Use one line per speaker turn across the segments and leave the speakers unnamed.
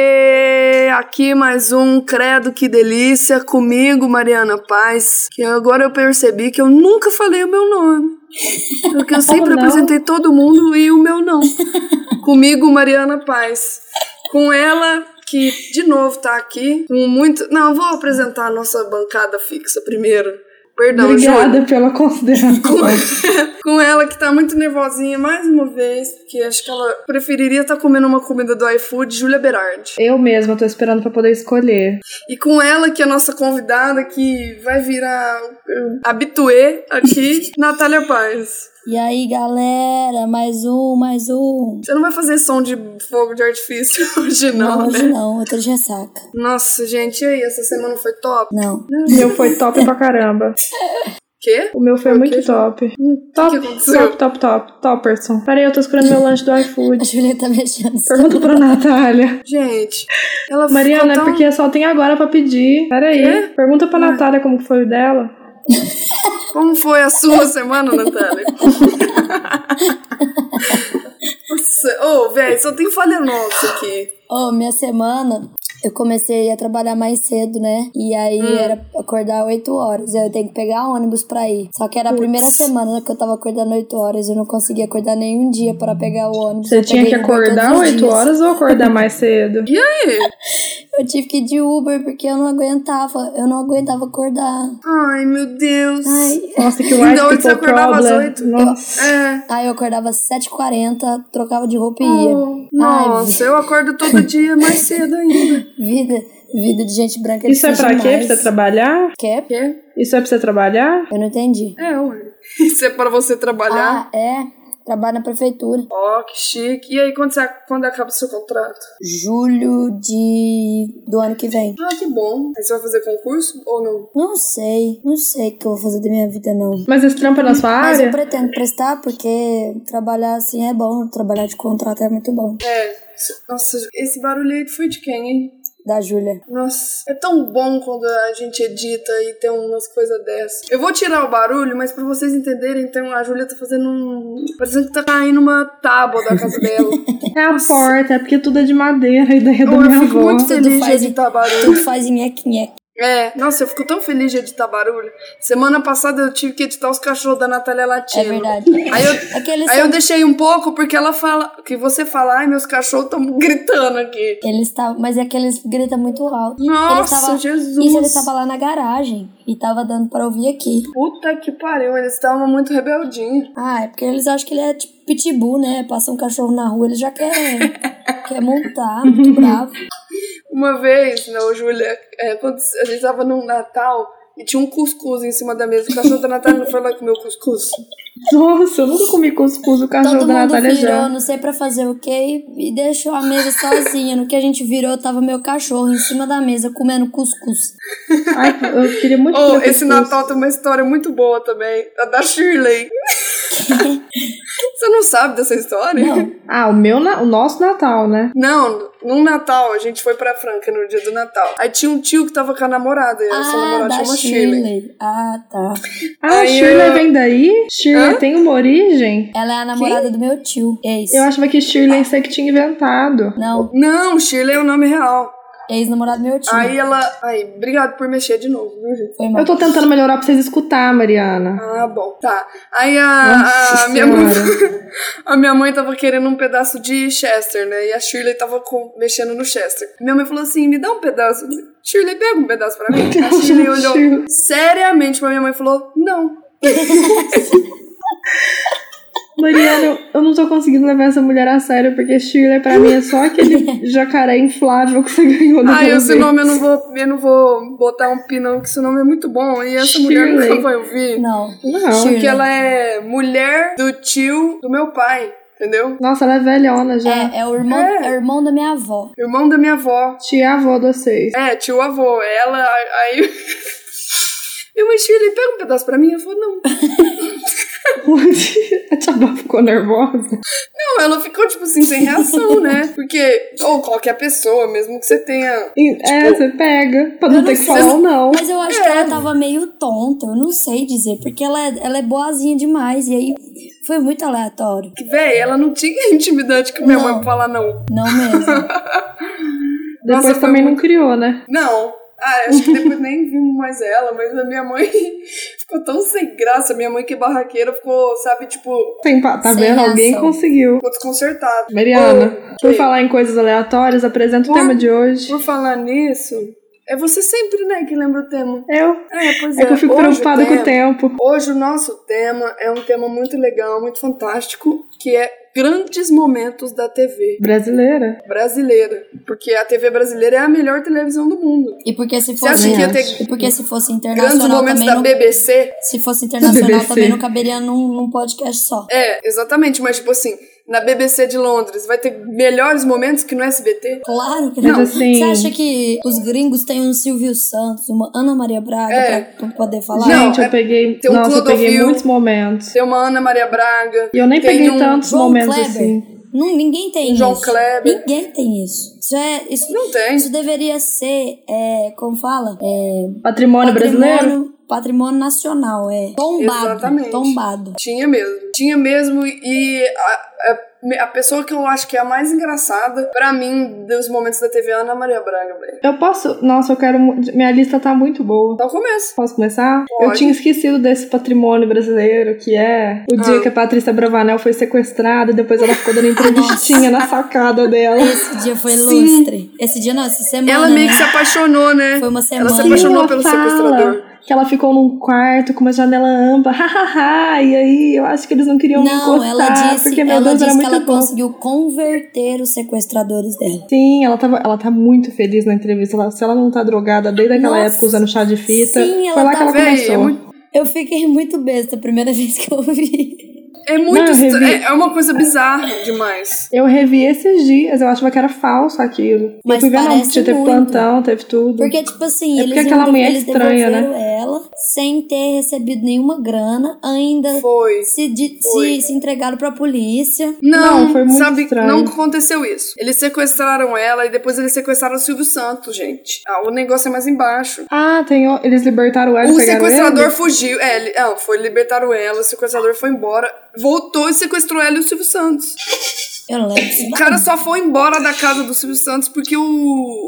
Oiê! Aqui mais um Credo Que Delícia comigo, Mariana Paz. Que agora eu percebi que eu nunca falei o meu nome. Porque eu sempre
Oh, não?
apresentei todo mundo e o meu não. comigo, Mariana Paz. Com ela, que de novo tá aqui. Com muito. Não, eu vou apresentar a nossa bancada fixa primeiro. Perdão, Júlia.
Obrigada pela consideração.
com ela que tá muito nervosinha mais uma vez, porque acho que ela preferiria estar comendo uma comida do iFood, Júlia Berardi.
Eu mesma tô esperando pra poder escolher.
E com ela que é a nossa convidada que vai virar eh, habituê aqui, Natália Paz.
E aí, galera, mais um, mais um.
Você não vai fazer som de fogo de artifício hoje não,
hoje
né?
não, eu tô de ressaca.
Nossa, gente, e aí, essa semana foi top?
Não.
O meu foi top pra caramba.
Quê?
O meu
Foi
foi
o
muito
quê?
top.
que
Top,
aconteceu?
top, top, top. Topperson. Peraí, eu tô escolhendo meu lanche do
A
iFood.
Julia tá me achando.
Pergunta pra Natália.
Gente, ela
Mariana, é
ficou tão...
porque só tem agora pra pedir. Peraí.
um Quê?
Pergunta pra Natália como foi o dela.
Como foi a sua semana, Natália? Nossa, ô, velho, só tem falha nossa aqui.
Ô, minha semana, eu comecei a trabalhar mais cedo, né? E aí
Hum.
era acordar 8 horas. Aí eu tenho que pegar ônibus pra ir. Só que era a primeira semana que eu tava acordando 8 horas. Eu não conseguia acordar nenhum dia pra pegar o ônibus.
Você
Eu
tinha que
peguei Uber
acordar
todos os
8
tá dias.
horas ou acordar mais cedo?
E aí?
Eu tive que ir de Uber porque eu não aguentava. Eu não aguentava acordar.
Ai, meu Deus.
Ai,
Nossa, que white
Então,
people
você acordava às
problem.
oito?
Nossa.
É.
Aí eu acordava às 7h40, trocava de roupa e
Ah.
ia.
Nossa, eu acordo todo dia mais cedo ainda.
Vida, vida de gente branca é
Isso é
difícil
pra quê? Pra
demais.
você trabalhar?
Quê?
Quê?
Isso é pra você trabalhar?
Eu não entendi.
É, ué. Isso é pra você trabalhar?
Ah, é. Trabalho na prefeitura.
Ó, que chique. E aí, quando, você, quando acaba o seu contrato?
Julho de... do ano que vem.
Ah, que bom. Aí você vai fazer concurso ou não?
Não sei. Não sei o que eu vou fazer da minha vida, não.
Mas esse trampo é na sua
Mas eu
área?
pretendo prestar porque trabalhar assim é bom. Trabalhar de contrato é muito bom.
É. Nossa, esse barulho aí foi de quem, hein?
Da Júlia.
Nossa, é tão bom quando a gente edita e tem umas coisas dessas. Eu vou tirar o barulho, mas pra vocês entenderem, então a Júlia tá fazendo um. Parecendo que tá caindo uma tábua da casa dela.
É a porta, é porque tudo é de madeira e daí é da
Então
minha
eu fico
avó.
muito feliz de
faz-
editar barulho.
Tudo faz nheque-nheque.
É, nossa, eu fico tão feliz de editar barulho. Semana passada eu tive que editar os cachorros da Natália Latina.
É verdade. É
Aí eu-
Aqueles
Aí eu deixei um pouco porque ela fala. Que você fala, ai, meus cachorros estão gritando aqui.
Eles estavam, mas é que eles gritam muito alto. Eles
Nossa,
tava-
Jesus.
Isso ele tava lá na garagem e tava dando pra ouvir aqui.
Puta que pariu, eles estavam muito rebeldinhos.
Ah, é porque eles acham que ele é tipo pitbull, né? Passa um cachorro na rua, ele já quer, quer montar, muito bravo.
Uma vez, né, ô Júlia, é, quando a gente tava num Natal e tinha um cuscuz em cima da mesa. O cachorro da Natália não foi lá comer o cuscuz.
Nossa, eu nunca comi cuscuz, o cachorro
Todo
da
mundo
Natália
virou,
já.
não sei pra fazer o quê, e deixou a mesa sozinha. No que a gente virou, tava meu cachorro em cima da mesa comendo cuscuz.
Ai, eu queria muito
Oh,
comer
esse
cuscuz.
Natal tem uma história muito boa também. A da Shirley. Você não sabe dessa história?
Não,
Ah, o meu, na- o nosso Natal, né?
Não, num Natal, a gente foi pra Franca no dia do Natal. Aí tinha um tio que tava com a namorada, e essa
ah,
namorada
da
chama Shirley.
Shirley. Ah, tá.
Ah,
Aí
Shirley
eu-
vem daí? Shirley
Hã?
tem uma origem?
Ela é a namorada do meu tio, ex.
Eu achava que Shirley você que tinha inventado.
Não,
Não, Shirley é o nome real.
ex-namorado do meu tio.
Aí ela. Aí, obrigado por mexer de novo, viu, gente?
Foi mal.
Eu tô tentando melhorar pra vocês escutar, Mariana.
Ah, bom. Tá. Aí a,
Nossa
a, Ah, minha mãe,
Senhora.
a minha mãe tava querendo um pedaço de Chester, né? E a Shirley tava com- mexendo no Chester. Minha mãe falou assim: me dá um pedaço. Shirley, pega um pedaço pra mim. A Shirley olhou
Shirley.
seriamente pra minha mãe e falou: não.
Mariana, eu, eu não tô conseguindo levar essa mulher a sério, porque Shirley pra mim é só aquele jacaré inflável que você ganhou na
Ai, esse
TV.
nome Ah, eu não vou, eu não vou botar um pi, não, que esse nome é muito bom. E essa mulher
Shirley.
nunca vai ouvir.
Não.
Não.
Porque
Shirley.
ela é mulher do tio do meu pai, entendeu?
Nossa, ela é velhona já.
É, é o irmão,
É.
é. o irmão da minha avó.
Irmão da minha avó.
Tia avó de vocês.
É, tio avô. Ela, aí. Minha mãe, Shirley, pega um pedaço pra mim. Eu falei, não.
a tia avó ficou nervosa.
Não, ela ficou, tipo assim, sem reação, né? Porque, ou qualquer pessoa, mesmo que você tenha.
E- é,
Tipo,
você pega. Pra não ter que
sei.
falar ou não.
Mas eu acho que
É.
ela tava meio tonta, eu não sei dizer, porque ela é, ela é boazinha demais, e aí foi muito aleatório.
Que, véi, ela não tinha intimidade que minha
Não.
mãe pra falar, não.
Não mesmo.
Depois
Nossa,
também
foi
não
muito-
criou, né?
Não. Ah, acho que depois nem vimos mais ela, mas a minha mãe ficou tão sem graça. Minha mãe que é barraqueira ficou, sabe, tipo,
Tem pa- tá
Sem
vendo? Alguém
reação.
conseguiu.
ficou desconcertada.
Mariana,
Ô,
por
que-
falar em coisas aleatórias, apresenta o
Por-
tema de hoje.
Por falar nisso, é você sempre, né, que lembra o tema.
Eu.
É, pois é.
É que eu fico
Hoje
preocupada com o tempo.
Hoje o nosso tema é um tema muito legal, muito fantástico, que é grandes momentos da TV
Brasileira?
brasileira. Porque a TV brasileira é a melhor televisão do mundo.
E porque se
Você acha
fosse.
que ia
acho.
ter
E porque se fosse
grandes
internacional
momentos
também.
da
Não,
BBC?
se fosse internacional
BBC.
também não caberia num, num podcast só.
É, exatamente, mas tipo assim, na BBC de Londres vai ter melhores momentos que no SBT?
Claro que
Mas
não.
assim-
Você acha que os gringos têm um Silvio Santos, uma Ana Maria Braga
É.
pra, pra poder falar?
Não,
Gente,
é-
eu peguei.
tem um
Nossa, eu peguei
Clodovil.
muitos momentos.
Tem uma Ana Maria Braga.
E eu nem
Tem
peguei
um
tantos
João
momentos
Kleber.
assim.
Não, ninguém tem
João
isso.
Kleber.
Ninguém tem isso. Isso é. Isso,
Não tem.
isso deveria ser, é, como fala? É,
Patrimônio, brasileiro?
patrimônio nacional, é. Tombado.
Exatamente.
Tombado.
Tinha mesmo. Tinha mesmo e a, a, a pessoa que eu acho que é a mais engraçada pra mim dos momentos da TV é a Ana Maria Braga, velho.
Eu posso. Nossa, eu quero. mu- Minha lista tá muito boa.
Então começa.
Posso começar? Eu
Pode.
tinha esquecido desse patrimônio brasileiro que é o dia
Ah.
que a Patrícia Bravanel foi sequestrada e depois ela ficou dando entrevistinha na sacada dela.
Esse dia foi lustre. Esse dia, não, essa semana.
Ela meio
né?
que se apaixonou, né?
Foi uma semana.
Ela se
Sim,
apaixonou
ela
pelo
fala
sequestrador.
Que ela ficou num quarto com uma janela ampla, hahaha, e aí eu acho que eles não queriam me
Não,
encostar,
ela disse,
porque meu
ela
Deus era
disse que
muito
ela
bom.
conseguiu converter os sequestradores dela.
Sim, ela, tava, ela tá muito feliz na entrevista. Ela- se ela não tá drogada desde aquela
Nossa,
época usando chá de fita,
sim, ela
foi lá
tá
que ela
Véi,
começou.
é muito,
Eu fiquei muito besta a primeira vez que eu vi.
é, muito
Não, eu
estra-
revi.
é, é uma coisa bizarra demais.
Eu revi esses dias, eu achava que era falso aquilo.
Mas
eu fui vendo,
parece
tinha teve
muito.
plantão, teve tudo.
Porque, tipo assim,
É
eles,
porque aquela
não-
mulher é
eles
estranha, né?
devolveram ela sem ter recebido nenhuma grana, ainda
Foi.
se, de-
Foi.
se, se entregaram pra polícia.
Não,
Não, foi muito
sabe,
estranho.
não aconteceu isso. Eles sequestraram ela e depois eles sequestraram o Silvio Santos, gente. Ah, o negócio é mais embaixo.
Ah, tem, o- eles libertaram o Ed,
o
pegaram
sequestrador
ele?
fugiu. É, ele, ah, foi, libertaram ela, o sequestrador foi embora, voltou e sequestrou ela e o Silvio Santos.
Eu não lembro. disso,
O
não.
cara só foi embora da casa do Silvio Santos porque o,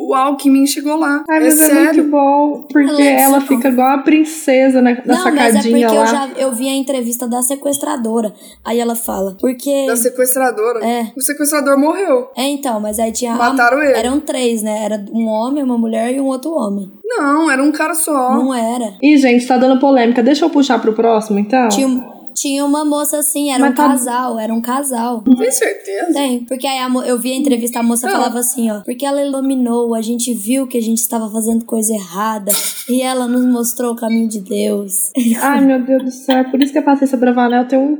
o Alckmin chegou lá.
Ai,
é
mas é,
sério.
muito bom, porque
Ela é
ela
assim,
fica igual a princesa na, na
Não, mas é porque
sacadinha
eu
lá.
já eu vi a entrevista da sequestradora. Aí ela fala, porque.
Da sequestradora.
É.
O sequestrador morreu.
É, então, mas aí tinha. a-
Mataram ele.
Eram três, né? Era um homem, uma mulher e um outro homem.
Não, era um cara só.
Não era.
Ih, gente, tá dando polêmica. Deixa eu puxar pro próximo, então.
Tinha, um, tinha uma moça assim, era
Mas
um
tá-
casal, era um casal.
Tem certeza?
Tem, porque aí a mo- eu vi a entrevista, a moça
Ah.
Não.
falava assim, ó. Porque ela iluminou, a gente viu que a gente estava fazendo coisa errada e ela nos mostrou o caminho de Deus.
Ai, meu Deus do céu. é Por isso que a Patrícia Bravanel tem um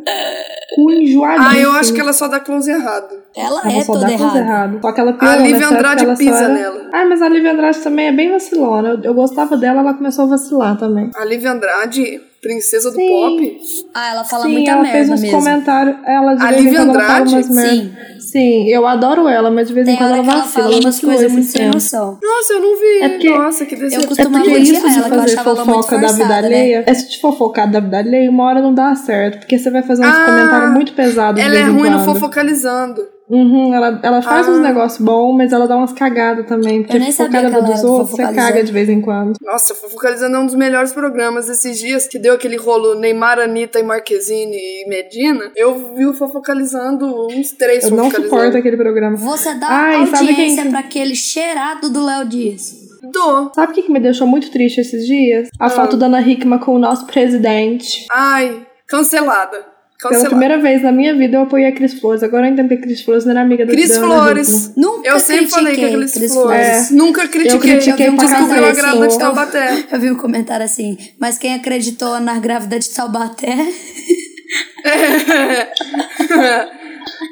cu enjoadíssimo.
Ah, eu acho que ela só dá close errado.
Ela
Ela
é
só
toda
dá coisa
errada.
errada. Só que ela
A
piorou
Lívia
nessa época,
Andrade
ela só
pisa
era-
nela.
Ai, mas a Lívia Andrade também é bem vacilona. Eu, eu gostava dela, ela começou a vacilar também.
A Lívia Andrade, princesa do
Sim.
pop.
Ah, ela fala
Sim,
muita
ela
merda
fez uns
mesmo.
comentários. Ela de
A
vez em
Lívia
quando ela fala
Andrade?
umas merda.
Sim.
Sim, eu adoro ela, mas de vez em
Tem
quando
hora
ela
que ela
vacila. Ela
fala umas
vacilou
coisas muito
esse
sem
tempo.
noção.
Nossa, eu não vi.
É porque-
Nossa, que
Eu
decepção.
É
costumava
porque
odiar
isso de
ela, que eu
fazer
achava ela muito
fofoca da vida
forçada, né?
alheia, é se te fofocar da vida alheia, uma hora não dá certo, porque você vai fazer uns
Ah,
comentários muito pesados. de
Ela é
vez em
ruim no
quando.
fofocalizando.
Uhum, ela, ela faz
Ah.
uns negócios bons, mas ela dá umas cagadas também. Porque
Eu nem sabia
focada
que ela
dos
era
outros, você
fofocalizando.
caga de vez em quando.
Nossa, fofocalizando é um dos melhores programas esses dias que deu aquele rolo Neymar, Anitta e Marquezine e Medina. Eu vi o fofocalizando uns três
Eu não
fofocalizando.
suporto aquele programa.
Você dá
Ai, sabe quem-
audiência pra aquele cheirado do Léo Dias.
Dou.
Sabe o que, que me deixou muito triste esses dias?
Ah.
A foto da Ana Hickman com o nosso presidente.
Ai, cancelada.
Pela
Cancelada.
primeira vez na minha vida eu apoiei a Cris Flores. Agora eu entendo que a Cris Flores não era amiga do
Cris
da Ana
Flores.
Hickman.
Nunca
Eu sempre falei que
critiquei
aqueles
Cris
Cris Flores.
né? É.
Nunca critiquei.
critiquei
Eu
pra
descobriu a
cacete.
grávida de
Eu-
Taubaté.
É.
Eu vi um comentário assim, mas quem acreditou na grávida de Taubaté?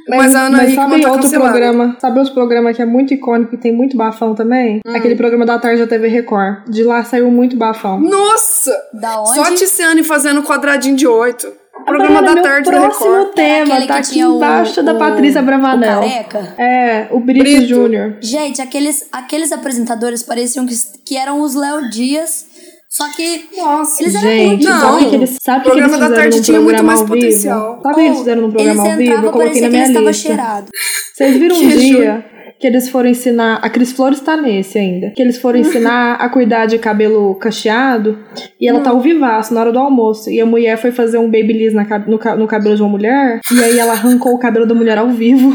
Mas, a Ana
mas
Hickman
sabe
tá
outro
cancelada.
programa? Sabe outro programa que é muito icônico e tem muito bafão também?
Hum.
Aquele programa da tarde da TV Record. De lá saiu muito bafão.
Nossa!
Da onde?
Só a Tiziane fazendo quadradinho de oito. Programa
Agora,
da
meu
tarde da
próximo
Record.
tema
É Aquele
tá
que
aqui
tinha o-
embaixo da
o-
Patrícia Bravanel.
o careca.
É, o Brito,
Brito.
Júnior.
Gente, aqueles, aqueles apresentadores pareciam que, que eram os Léo Dias, só que
Nossa.
é
eles eram
Gente,
muito
Não.
sabe o
bons.
que eles, sabe o que
Programa
eles
da
fizeram
tarde
num
tinha muito
progrou
mais
ao vivo?
potencial.
Sabe o que eles fizeram num programa
Oh, eles
ao vivo?
entravam,
Eu coloquei
parecia
na
que
minha
eles estavam
lista.
cheirados.
Vocês viram um
Que
dia que eles foram ensinar. A Cris Flores tá nesse ainda. Que eles foram ensinar a cuidar de cabelo cacheado. E ela tá ao vivaço na hora do almoço. E a mulher foi fazer um babyliss na ca- no, ca- no cabelo de uma mulher. E aí ela arrancou o cabelo da mulher ao vivo.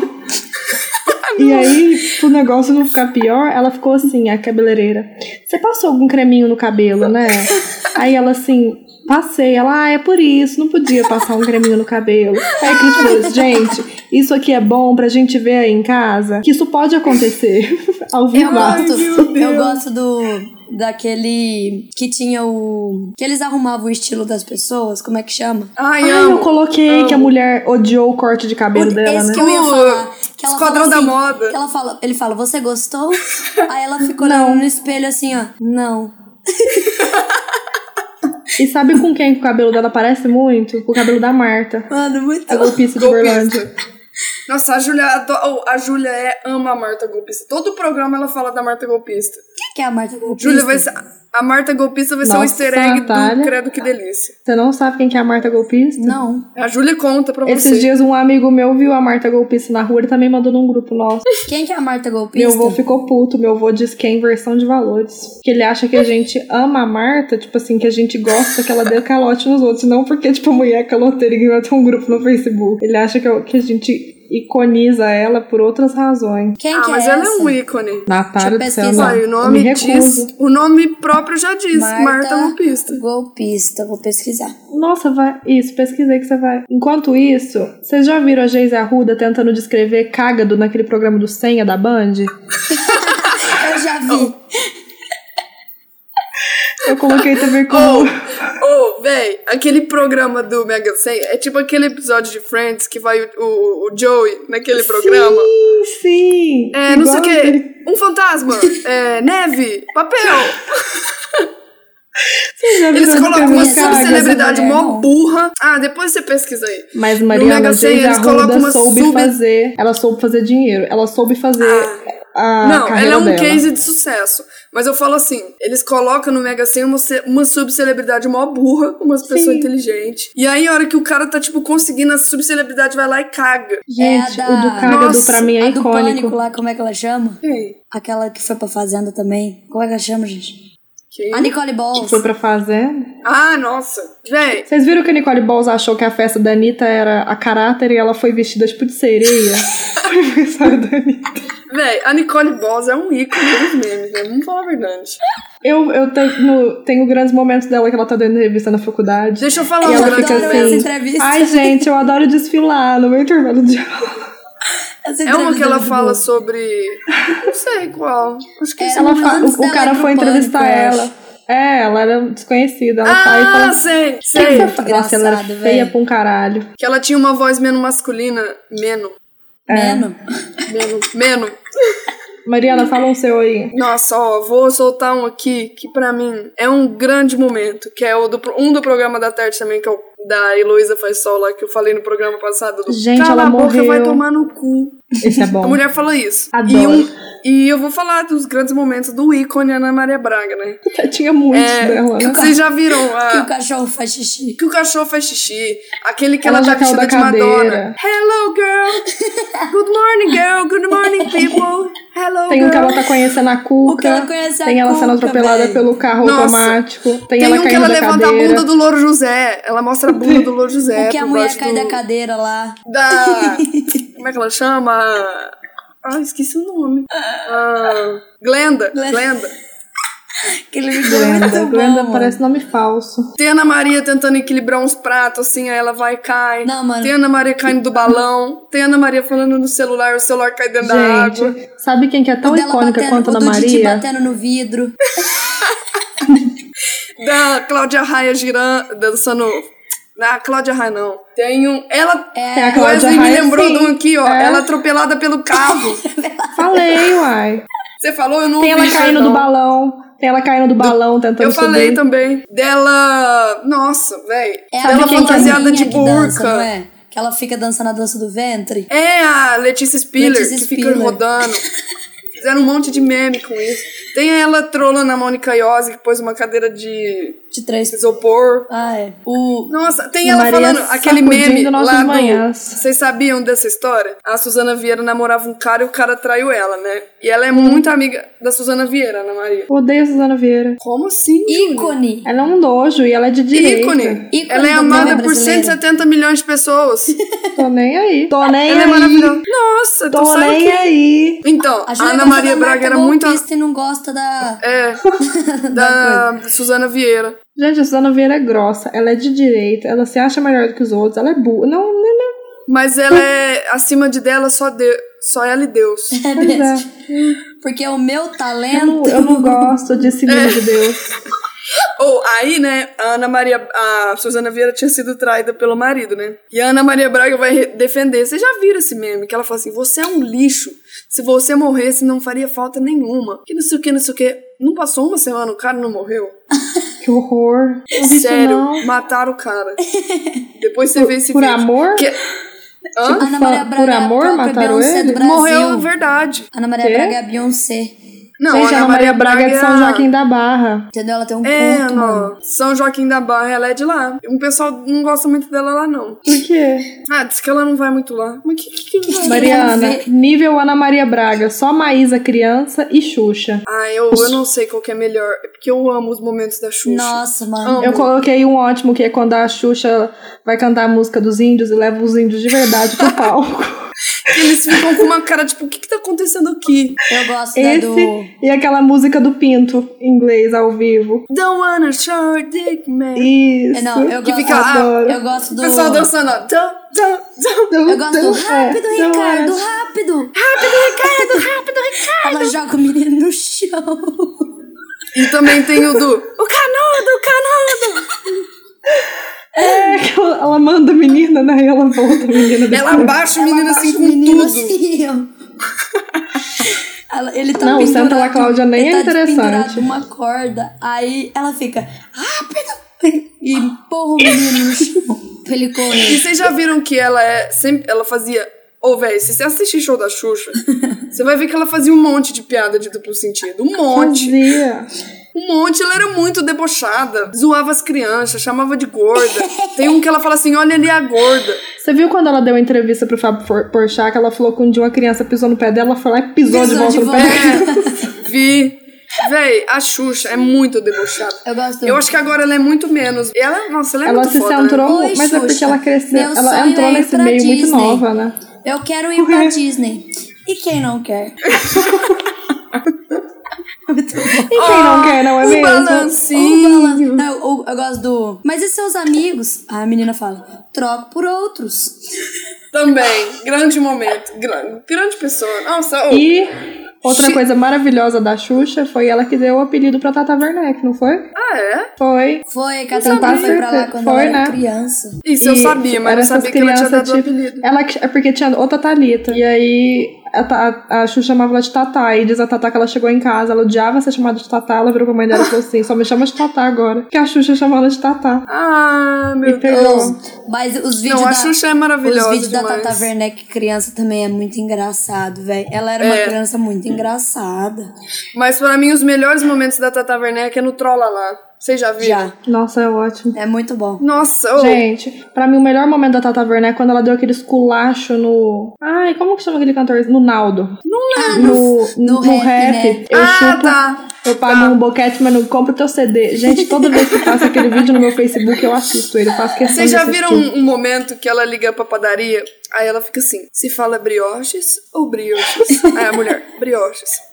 E aí, pro negócio não ficar pior, ela ficou assim, a cabeleireira. Você passou algum creminho no cabelo, né? Aí ela assim, passei. Ela, ah, é por isso, não podia passar um creminho no cabelo. Aí a Cris Flores, gente, isso aqui é bom pra gente ver aí em casa, que isso pode acontecer ao
Eu
vivaço.
gosto,
meu Deus.
eu gosto do daquele que tinha o que eles arrumavam o estilo das pessoas, como é que chama?
Ai,
Ai, eu
amo.
coloquei que a mulher odiou o corte de cabelo dela,
Esse
né?
É que eu ia
O
falar. Que ela
Esquadrão
fala assim,
da Moda.
que ela fala, ele fala, você gostou? Aí ela ficou olhando no espelho assim, ó. Não.
E sabe com quem que o cabelo dela parece muito? Com o cabelo da Marta.
Mano, muito
A golpista de Berlândia.
Golpista. Nossa, a Júlia ado- a Júlia é, ama a Marta Golpista. Todo programa ela fala da Marta Golpista.
Quem que é a Marta Golpista?
Júlia vai ser. A Marta Golpista vai ser um
Nossa,
easter egg do
Natália.
Credo Que Delícia.
Você não sabe quem que é a Marta Golpista?
Não.
A Júlia conta pra
Esses
você.
dias um amigo meu viu a Marta golpista na rua, ele também mandou num grupo nosso.
Quem que é a Marta Golpista?
Meu avô ficou puto, meu avô disse que é inversão de valores. Que ele acha que a gente ama a Marta, tipo assim, que a gente gosta que ela dê calote nos outros, não porque, tipo, a mulher é caloteira e vai ter um grupo no Facebook. Ele acha que, eu- que a gente iconiza ela por outras razões.
Quem
ah,
que
mas
é
ela
essa?
é um ícone.
Natália do
Deixa eu
céu,
pesquisar.
assim. não.
Vai, o
Eu me
nome
recuso.
diz. O nome próprio já diz. Marta, Golpista.
Golpista, vou pesquisar.
Nossa, vai. Isso, pesquisei que você vai. Enquanto isso, vocês já viram a Geise Arruda tentando descrever cágado naquele programa do Senha da Band?
Eu já vi.
Eu coloquei também como.
Ou, ou, Oh, véi, aquele programa do Mega Sen é tipo aquele episódio de Friends que vai o, o, o Joey naquele programa.
Sim, sim.
É, não sei o
Igual
quê.
aquele-
Um fantasma. é, neve. Papel.
Vocês já
Eles
viram a
colocam uma
cabeça
descrição de cágado?
subcelebridade
mulher,
mó
não.
burra. Ah, depois você pesquisa aí.
Mas
Mega
Mariana
Sena,
Geise
eles colocam
Arruda
uma
soube
sub-
fazer. Ela soube fazer dinheiro. Ela soube fazer Ah, a
Não,
carreira
ela é um
dela.
case de sucesso. Mas eu falo assim: eles colocam no Mega Sena uma, ce- uma subcelebridade mó burra, umas pessoas inteligentes. E aí, a hora que o cara tá, tipo, conseguindo, a subcelebridade vai lá e caga.
Gente,
É a da-
o do cágado
Nossa,
pra mim é
a do
icônico.
Pânico lá, como é que ela chama?
Quem?
Aquela que foi pra Fazenda também. Como é que ela chama, gente?
Quem?
A Nicole
Que
Balls.
foi pra fazenda.
Ah, nossa. Véi,
Vocês viram que a Nicole Balls achou que a festa da Anitta era a caráter e ela foi vestida tipo de sereia? Foi aniversário da Anitta.
véi, a Nicole Boss é um ícone dos memes, né? Vamos falar a verdade.
Eu, eu tenho, tenho grandes momentos dela que ela tá dando entrevista na faculdade.
Deixa eu falar
E
um
ela
adoro
grande
fica
momento.
essa
assim.
entrevista.
Ai, gente, eu adoro desfilar no meu intervalo de aula.
Essa
É uma que
entrevista
ela
do
fala
Gugu.
assim.
sobre. Não sei qual. Acho que
É,
é.
Ela
Ela
fa-
antes
o, o
dela ir
cara
pro
foi entrevistar
Pânico, eu
ela.
acho.
É, ela era desconhecida. Ela sai e fala
Ah,
assim.
sei,
"O que
sei.
você faz?" Nossa, ela era
Engraçado,
feia
velho.
pra um caralho.
Que ela tinha uma voz menos masculina. Menos.
É.
Mano,
Menos. Menos.
Mariana, fala um seu aí.
Nossa, ó, vou soltar um aqui que pra mim é um grande momento, que é o do, pro- um do programa da tarde também, que é o da Heloísa Faz Sol lá, que eu falei no programa passado. Do,
Gente,
Cala
ela
a boca,
morreu."
vai tomar no cu.
Esse é
A
bom.
mulher falou isso. E, um,
Adoro.
e eu vou falar dos grandes momentos do ícone Ana Maria Braga, né?
Tinha muitos
É,
dela, né?
Vocês já viram
que o
a,
cachorro faz xixi.
que o cachorro faz xixi, aquele que ela,
Ela já
tá
caiu
vestida
da
de Madonna.
cadeira.
Hello, girl! Good morning, girl! Good morning, people! Hello,
Tem
girl!
o que ela tá conhecendo a Cuca.
O que ela conhece a
tem ela sendo
Cuca,
atropelada
velho.
pelo carro
Nossa.
automático. Tem,
Tem
ela
um
caindo
que ela
da
levanta
cadeira.
a bunda do Louro José. Ela mostra a bunda do Louro José.
O que a
por
mulher
baixo
cai
É, do-
da cadeira lá.
da- Como é que ela chama? Ah, esqueci o nome. Ah, Glenda.
Glenda.
Glenda.
Aquele vídeo é muito
Glenda.
bom,
Glenda
mano.
parece nome falso.
Tem Ana Maria tentando equilibrar uns pratos, assim, aí ela vai e cai.
Não, mano.
Tem Ana Maria caindo do balão. Tem Ana Maria falando no celular, o celular cai dentro da água.
Gente, sabe quem que é tão
O dela
icônica
batendo-
quanto
o
Ana
do Didi
Maria?
batendo no vidro.
Da Cláudia Raia girando, dançando. Na Cláudia Raia, não. Tem um. Ela.
É. Tem a Cláudia
Wesley me
Raia,
lembrou
sim.
de um aqui, ó.
É.
Ela atropelada pelo carro.
Falei, uai.
Você falou, eu não
Tem
ouvi
ela
isso,
caindo do
não.
balão. Tem ela caindo do balão tentando
Eu falei
subir.
também dela. Nossa, véi.
É
dela
quem
aquela
que é a
fantasiada de
que dança, não
burca.
é? Que ela fica dançando a dança do ventre.
É a Letícia Spiller
Letícia
que fica
Spiller.
rodando. Fizeram um monte de meme com isso. Tem ela trolando a Mônica Iose, que pôs uma cadeira de
de três.
Isopor.
Ah, é.
O... Nossa, tem
E
ela
Maria
falando aquele
sacudindo
meme
nossas
lá do...
manhãs.
Vocês sabiam dessa história? A Suzana Vieira namorava um cara e o cara traiu ela, né? E ela é muito amiga da Suzana Vieira, Ana Maria.
Odeio a Suzana Vieira.
Como assim? Júlia?
Ícone.
Ela é um nojo e ela é de direita.
Ícone.
Ícone
Ela é
do
amada
drama
por
brasileiro.
170 milhões de pessoas.
Tô nem aí. Tô nem
Ela é
aí.
maravilhosa. Nossa, tô,
Tô
saindo
nem
aqui.
aí.
Então,
A
a
Júlia
Ana
gosta
Maria
da
Braga
Marta
era muito. a-
é golpista e não gosta da...
É, da Suzana Vieira.
Gente, a Suzana Vieira é grossa. Ela é de direita. Ela se acha melhor do que os outros. Ela é burra. Não, não, não.
Mas ela é acima de dela só, de... só ela e Deus.
É
Pois é.
besta. Porque o meu
Eu não,
talento...
eu
Então.
não gosto desse menino de Deus.
Ou aí, né, a Ana Maria. A Suzana Vieira tinha sido traída pelo marido, né? E a Ana Maria Braga vai re- defender. Vocês já viram esse meme? Que ela fala assim: você é um lixo. Se você morresse, não faria falta nenhuma. Que não sei o que, não sei o que. Não passou uma semana, o cara não morreu?
Que horror. Não vi isso,
Sério,
não.
mataram o cara. Depois você vê esse
Por
vídeo.
amor? Tipo,
Que- Hã?
Ana Maria
Por
Braga é a
amor,
própria
mataram
Beyoncé
ele?
do Brasil.
Morreu, é verdade.
Ana Maria
Quê?
Braga é a Beyoncé.
Não,
Gente, a Ana Maria Braga é de São
a-
Joaquim da Barra.
Entendeu? Ela tem um
É,
culto, mano.
não. São Joaquim da Barra, ela é de lá. Um pessoal não gosta muito dela lá, não.
Por quê?
Ah, diz que ela não vai muito lá. Mas que que, que vai?
Mariana,
ver.
nível Ana Maria Braga, só Maísa criança e Xuxa.
Ah, eu, eu não sei qual que é melhor. É porque eu amo os momentos da Xuxa.
Nossa, mano.
Eu coloquei um ótimo que é quando a Xuxa vai cantar a música dos índios e leva os índios de verdade pro palco.
Eles ficam com uma cara, tipo, o que que tá acontecendo aqui?
Eu gosto da é do...
Esse e aquela música do Pinto, em inglês, ao vivo.
Don't wanna show your dick, man.
Isso.
É, Não, eu
Que
gosto,
fica- ah,
adoro.
eu gosto
O
do...
pessoal dançando, ó. Don't, don't, don't.
Eu gosto do rápido,
Ah, É, não, é.
Ricardo, rápido! Rápido, Ricardo, rápido, Ricardo! Ela joga o menino no chão.
E também tem o do... O canudo, o canudo.
É que ela ela manda a menina, né? E ela volta a menina. depois.
Ela abaixa o menino assim
Abaixa
com
o menino
tudo.
assim, ó. Ela- ele tá
Não, o Santa
pendurado-
La Cláudia nem
ele
é
tá
interessante.
pendurado uma corda, aí ela fica rápido e empurra o menino no chão pra ele
E
correr.
vocês já viram que ela é... Sempre, ela fazia... Ô, velho, se você assistir show da Xuxa, você vai ver que ela fazia um monte de piada de duplo sentido. Um monte.
Fazia.
Um monte, ela era muito debochada. Zoava as crianças, chamava de gorda. Tem um que ela fala assim: olha ali a gorda.
Você viu quando ela deu a entrevista pro Fábio For- Porchat, que ela falou que um dia uma criança pisou no pé dela, ela foi lá e pisou, de
Pisou
volta
de
no pé
volta.
dela.
É, vi. Véi, a Xuxa é muito debochada.
Eu gosto.
Eu acho que agora ela é muito menos. Ela, nossa, ela é
Ela
muito
se
foda, né?
centrou,
Oi,
mas é porque
Xuxa.
ela cresceu,
Meu
ela
sonho
entrou
é ir
nesse
pra
meio muito
Disney.
nova, né?
Eu quero ir pra Disney. E quem não quer?
E quem não quer, não é
um
mesmo?
balancinho.
Um balan- Eu, eu- eu gosto do. Mas e seus amigos? Aí a menina fala: troco por outros.
Também. Grande momento. Grande, grande pessoa. Nossa, oh. ô,
E outra coisa maravilhosa da Xuxa foi ela que deu o apelido pra Tata Werneck, não foi?
Ah, é?
Foi.
Foi, que a
Então, tá
Tatá
sabia.
foi pra lá quando
Foi,
ela era
né?
criança.
Isso eu
E
sabia, mas
eram
não
essas
sabia que ela tinha
crianças,
dado o
tipo,
apelido.
Ela, é porque tinha outra Thalita. E aí a, Ta- a, Xuxa chamava ela de Tatá. E diz a Tatá que ela chegou em casa, ela odiava ser chamada de Tatá. Ela virou pra mãe dela e falou assim: só me chama de Tatá agora. Que a Xuxa chamou ela de Tatá.
Ah, meu
E
Deus.
pegou.
Os- mas os vídeos
Não, a
da,
Xuxa é maravilhosa
Os vídeos da
demais.
Tata Werneck criança também é muito engraçado, velho. Ela era uma
É.
criança muito engraçada.
Mas pra mim, os melhores momentos da Tata Werneck é no Trolla lá. Vocês já viram?
Já.
Nossa, é ótimo.
É muito bom.
Nossa, ô.
Gente, pra mim o melhor momento da Tata Werneck é quando ela deu aquele esculacho no. Ai, como que chama aquele cantor? No Naldo.
Ah,
No,
no
no,
rap,
rap.
né?
Eu
ah,
chupo.
tá.
Eu pago um boquete, mas não compro teu CD. Gente, toda vez que eu faço aquele vídeo no meu Facebook, eu assisto ele. Eu faço questão
Vocês já
de assistir.
viram um, um momento que ela liga pra padaria? Aí ela fica assim: se fala brioches ou brioches? Aí a mulher, brioches.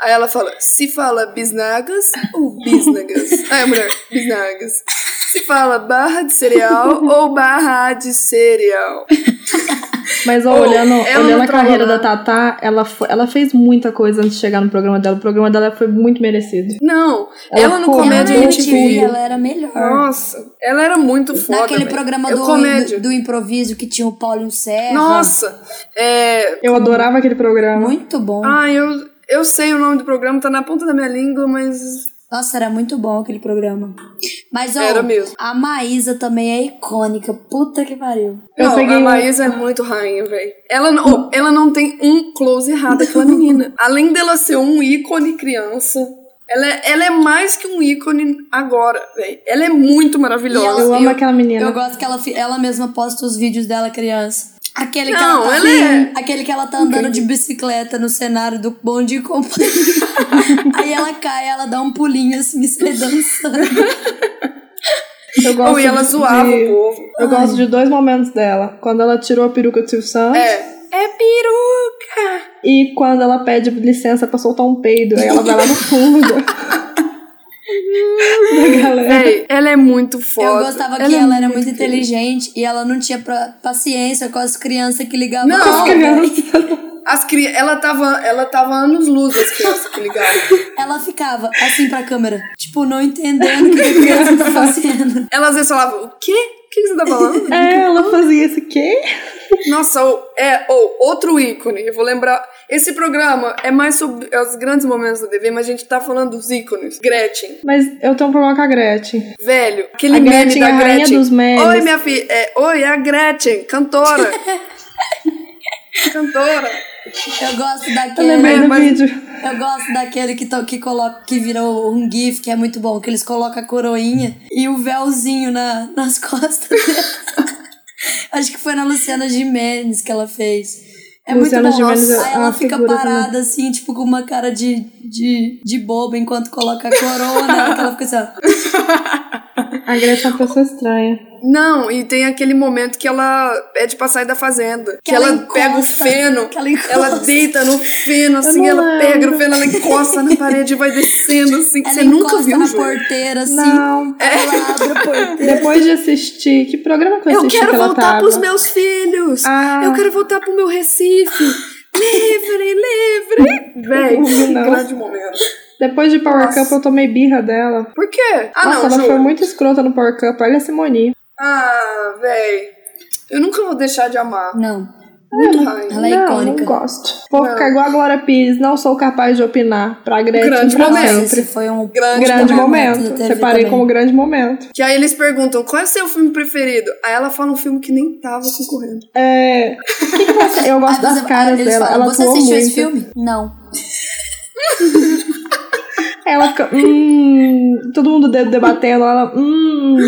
Aí ela fala: se fala bisnagas ou bisnagas? Aí a mulher, bisnagas. Se fala barra de cereal ou barra de cereal?
Mas ó,
Ô,
olhando,
ela
olhando
não
a carreira
trabalha.
da Tatá, ela, foi- ela fez muita coisa antes de chegar no programa dela. O programa dela foi muito merecido.
Não, ela,
Ela
no
ficou
Ela
comédia
Comédia
na
muito
é MTV.
MTV,
boa.
ela era melhor.
Nossa, ela era muito foda.
Naquele
velho.
programa
Eu
do,
comédia.
do, do improviso que tinha o Paulinho Serra.
Nossa, é,
Eu adorava aquele programa.
Muito bom.
Ah, eu, eu sei o nome do programa, tá na ponta da minha língua, mas.
Nossa, era muito bom aquele programa. Mas, ó,
Era mesmo.
a Maísa também é icônica. Puta que pariu.
Eu
não,
peguei
a
um-
Maísa é muito rainha, velho. Ela, não- ela não tem um close errado, aquela menina. Além dela ser um ícone criança, Ela é, ela é mais que um ícone agora, velho. Ela é muito maravilhosa.
Eu amo aquela menina.
Eu gosto que ela, fi- ela mesma posta os vídeos dela criança. Aquele que
Não,
ela tá,
ela é-
aquele que ela tá andando de bicicleta no cenário do bonde e companhia. Aí ela cai, ela dá um pulinho assim e sai dançando.
Eu gosto
Não, oh, e ela
de-
zoava um
de-
o povo.
Eu gosto de dois momentos dela. Quando ela tirou a peruca do Silvio Santos
É. É peruca!
e quando ela pede licença pra soltar um peido. Aí ela vai lá no fundo. da galera.
Véi, ela é muito foda.
Eu gostava que
é
ela era muito inteligente e ela não tinha pra- paciência com as crianças que ligavam.
Não,
pra ela.
As cri... ela, tava, ela tava anos luz das crianças tá que ligaram.
Ela ficava assim pra câmera, tipo, não entendendo o que a criança tá fazendo.
Elas às vezes falavam, o quê? O que que você tá falando?
É, ela fazia isso quê?
Nossa, ou- é ou outro ícone. Eu vou lembrar. Esse programa é mais sobre os grandes momentos da TV, mas a gente tá falando dos ícones. Gretchen,
Mas eu tenho um problema com a Gretchen.
velho, aquele
A
meme
Gretchen
da
é a rainha
Gretchen.
dos memes.
Oi, minha filha. É, Oi, é a Gretchen, cantora. cantora.
Eu gosto
Eu
daquele.
lembrei
É,
do
mas-
vídeo.
Eu gosto daquele que, to, que, coloca, que virou um GIF, que é muito bom, que eles colocam a coroinha e o véuzinho na, nas costas dela. Acho que foi na Luciana Gimenez que ela fez. É
Luciana
muito bom.
Gimenez é
Aí ela
uma
fica
figura
parada, assim, tipo, com uma cara de, de, de boba enquanto coloca a coroa nela, que ela fica assim, ó.
A Gretchen é uma pessoa estranha.
Não, e tem aquele momento que ela é de passar da fazenda. Que,
Que
ela,
ela
pega o
encosta,
feno,
que ela encosta.
ela deita no feno, assim,
não
ela
lembro.
pega o feno, ela encosta na parede e vai descendo, assim.
Ela
Você nunca
encosta
viu,
na
Ju?
porteira, assim.
um Não.
Ela abre a porteira.
Depois de assistir, que programa que eu
Eu
assisti
quero
que ela
voltar
tava?
pros meus filhos.
Ah.
Eu quero voltar pro meu Recife. livre, livre. Véi,
Não vi, Uhum, não.
grande momento.
Depois de Power
Nossa.
Cup, eu tomei birra dela.
Por quê? Ah,
Nossa,
não,
ela
Ju.
foi muito escrota no Power Cup. Olha a Simone.
Ah, véi. Eu nunca vou deixar de
Uhum.
amar.
Não.
Muito raiva.
Ela é
não,
icônica.
não gosto. Vou
Não.
ficar igual a Glória Pires. Não sou capaz de opinar. Pra Gretchen,
Grande
pra
momento.
Nossa,
sempre.
esse foi um
Grande
Grande
momento
momento.
da TV
Separei
também.
como grande momento.
Que aí eles perguntam qual é o seu filme preferido. Aí ela fala um filme que nem tava concorrendo.
É... o que que você- Eu gosto
Aí você-
das caras
aí eles
dela.
falam,
ela
você
atuou
assistiu
muito.
esse filme? Não.
É, Ela fica... Hum... Todo mundo de- debatendo. Ela... Hum...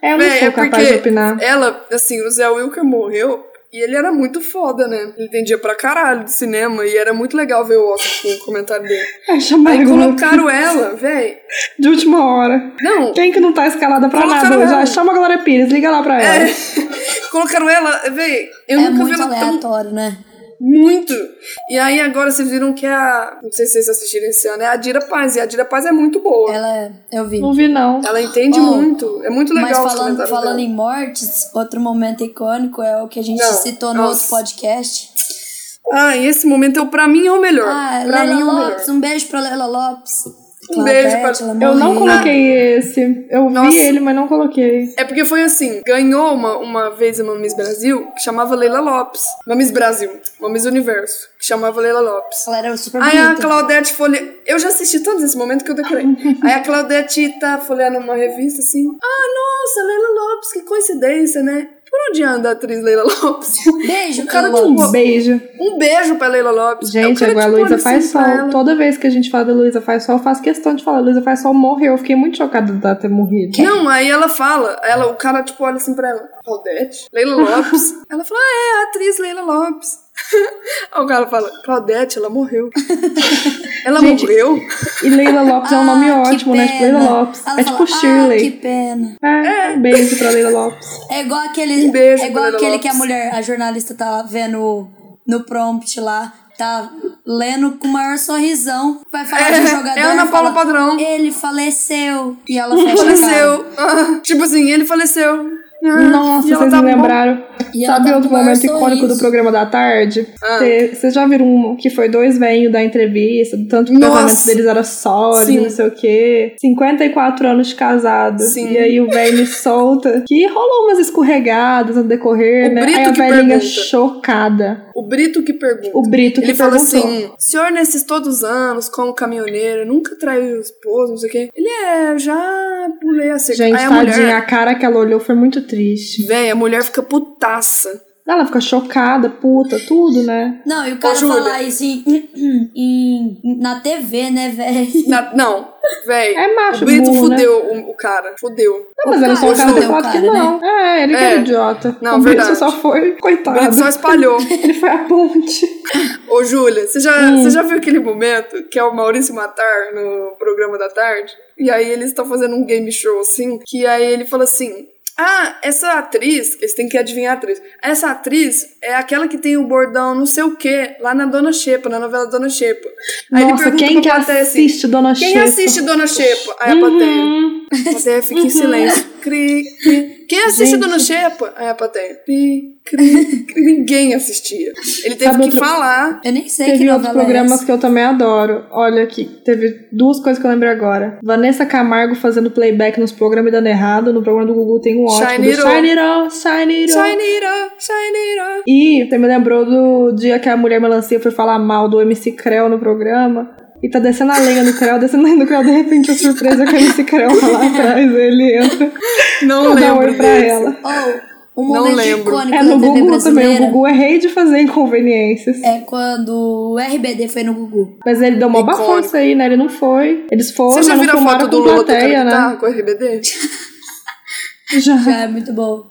é, Eu não
Véi,
sou capaz de opinar.
ela, assim, o Zé Wilker morreu e ele era muito foda, né? Ele entendia pra caralho de cinema e era muito legal ver o Oscar com o comentário dele.
Aí chamaram
Aí
ela
colocaram ela, véi.
de última hora.
Não,
Quem que não tá escalada pra
Colocaram
nada hoje?
ela.
Ah, chama a Glória Pires. Liga lá
É.
pra ela.
Colocaram ela, véi, eu
é
nunca vi
muito
ela tão
aleatório, né?
muito. E aí agora vocês viram que é a. Não sei se vocês assistiram esse ano, é a Dira Paz. E a Dira Paz é muito boa. Ela,
Ela é. Eu vi.
Não vi, não.
entende
Oh,
muito. É muito legal
Mas
os
falando,
comentários
falando
dela.
em mortes, outro momento icônico é o que a gente
Não,
citou no
nossa.
outro podcast.
Ah, e esse momento, eu, pra mim, é o melhor.
Ah,
pra mim, é
Leila
o melhor.
Lopes, um beijo pra Leila Lopes.
Um beijo pra-
Claudete, ela é
Eu não
morreu.
coloquei esse. Eu
Nossa.
vi ele, mas não coloquei.
É porque foi assim, ganhou uma, uma vez uma Miss Brasil que chamava Leila Lopes. Uma Miss Brasil, uma Miss Universo, que chamava Leila Lopes.
Ela era super
Aí a
bonita.
Claudete folhe... Eu já assisti todos esse momento que eu decorei. Aí a Claudete tá folheando uma revista assim. Ah, nossa, Leila Lopes, que coincidência, né? Por onde anda a atriz Leila Lopes?
Beijo,
O cara
Leila
tinha um
Lopes.
Um beijo.
Um beijo pra Leila Lopes. Eu
Gente,
quero,
agora a
tipo,
Luísa
olhar
faz
assim pra
sol.
ela.
Toda vez que a gente fala da Luísa faz sol, eu faço questão de falar. Luísa faz sol morreu. Eu fiquei muito chocada dela ter morrido.
Não, aí ela fala, ela, o cara tipo olha assim pra ela, Claudete? Leila Lopes? ela fala, ah, é, a atriz Leila Lopes. aí o cara fala, Claudete, ela morreu. ela
Gente,
morreu?
E Leila Lopes é um nome
Ah, que
ótimo, né? Tipo,
pena.
Leila Lopes.
Ela
é
fala,
tipo
Ah,
Shirley.
que pena.
É, um beijo pra Leila Lopes.
É igual aquele.
Um beijo
é igual
pra Leila
aquele que a
Lopes.
mulher, a jornalista tá vendo no prompt lá, tá lendo com o maior sorrisão. Vai falar de um
É,
jogador.
é Ana Paula
fala,
Padrão.
Ele faleceu. E ela fecha a cara.
Faleceu. Ah, tipo assim, ele faleceu. Ah,
Nossa,
e ela
vocês
tá
me
bom.
lembraram.
E ela
Sabe
tá
outro
com o maior
momento icônico
sorriso.
do programa da tarde?
Ah.
Cê- Vocês já viram um que foi dois velhinhos da entrevista, do tanto que o
Nossa!
casamento deles era sólido,
Sim.
não sei o quê. 54 anos de casado.
Sim.
E aí o velho me solta. Que rolou umas escorregadas no decorrer,
O
né?
Brito
aí a
que
velhinha
pergunta.
chocada.
O Brito que pergunta.
O Brito que
Ele fala
perguntou.
assim: senhor, nesses todos os anos, como caminhoneiro, nunca traiu o esposo, não sei o quê. Ele é, eu já pulei a cerca.
Gente,
Aí a
tadinha,
é um mulher,
a cara que ela olhou foi muito triste.
véi, a mulher fica putaça.
Ela fica chocada, puta, tudo, né?
Não, e o cara
Júlia.
falar isso em, em- na TV, né, velho?
Na- não, Véi,
É macho,
o Brito
burro, né?
fudeu o, o cara. Fudeu.
Não, mas era só
Não,
o cara ter
fudeu,
falado que
cara, né?
não. É, ele que era
É.
idiota.
Não,
o Brito
verdade.
só foi,
O
coitado.
Brito só espalhou.
Ele foi a ponte.
Ô, Júlia, você já,
Hum.
você já viu aquele momento que é o Maurício Matar no programa da tarde? E aí eles estão fazendo um game show assim, que aí ele fala assim. Ah, essa atriz, eles têm que adivinhar a atriz. Essa atriz é aquela que tem o bordão não sei o quê, lá na Dona Xepa, na novela Dona Xepa. Aí ele
Nossa,
pergunta
quem que
pra plateia assim,
assiste Dona
Quem
Xepa? Uhum.
assiste Dona Xepa? Aí a plateia. A plateia fica em silêncio. Cri, cri. Quem assiste
Gente.
Dona Xepa? Aí a plateia. Cri, cri, cri. Ninguém assistia. Ele teve
Sabe
que
outro-
falar.
Eu nem sei que
Teve outros
novela é
programas
essa.
que eu também adoro. Olha aqui, teve duas coisas que eu lembro agora. Vanessa Camargo fazendo playback nos programas e dando errado. No programa do Gugu tem um ótimo.
Shine
do
It On.
Shine It On, Shine It On.
Shineira, Shineira.
E você me lembrou do dia que a Mulher Melancia foi falar mal do MC Creu no programa. E tá descendo a lenha no Creu, descendo a lenha no Creu. De repente, a surpresa é que o MC Creu tá lá atrás. Ele entra
Não é
pra dar um
lembro
oi pra
desse.
ela.
Oh, um
Não
momento
lembro.
icônico
É
da
no
TV
Gugu também. O
brasileira
Gugu é rei de fazer inconveniências.
é quando o RBD foi no Gugu.
Mas ele deu uma
Icônico.
baforça aí, né? Ele não foi. Eles foram,
Você já
mas
viu
não
a
filmaram
foto
com
do Lula
plateia,
tocando
né?
guitarra com o RBD?
Já.
Já é muito bom.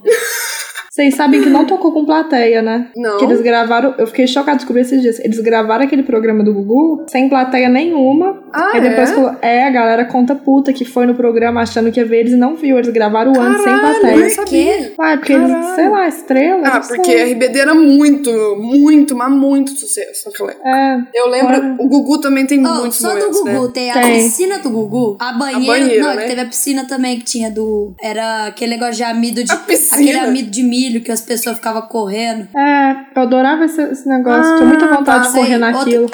Vocês sabem que não tocou com plateia, né?
Não.
Que eles gravaram... Eu fiquei chocada de descobrir esses dias. Eles gravaram aquele programa do Gugu sem plateia nenhuma.
Ah,
aí depois
é?
falou... É, a galera conta puta que foi no programa achando que ia ver eles e não viu. Eles gravaram antes sem
Caralho,
plateia.
eu sabia.
Ah, porque eles...
Caralho.
Sei lá, estrela.
Ah,
não sei.
porque RBD era muito, muito, mas muito sucesso naquela época.
É.
Eu lembro, o Gugu também tem
Oh,
muitos
só do
momentos, né?
Gugu, tem a
Tem.
piscina do Gugu, a banheira,
banheira,
não, é
né?
que teve a piscina também que tinha do, era aquele negócio de amido de,
A piscina.
aquele amido de milho que as pessoas ficavam correndo.
É, eu adorava esse, esse negócio. Tinha muita
Ah,
vontade de
tá,
Sei,
correr
outra-
naquilo.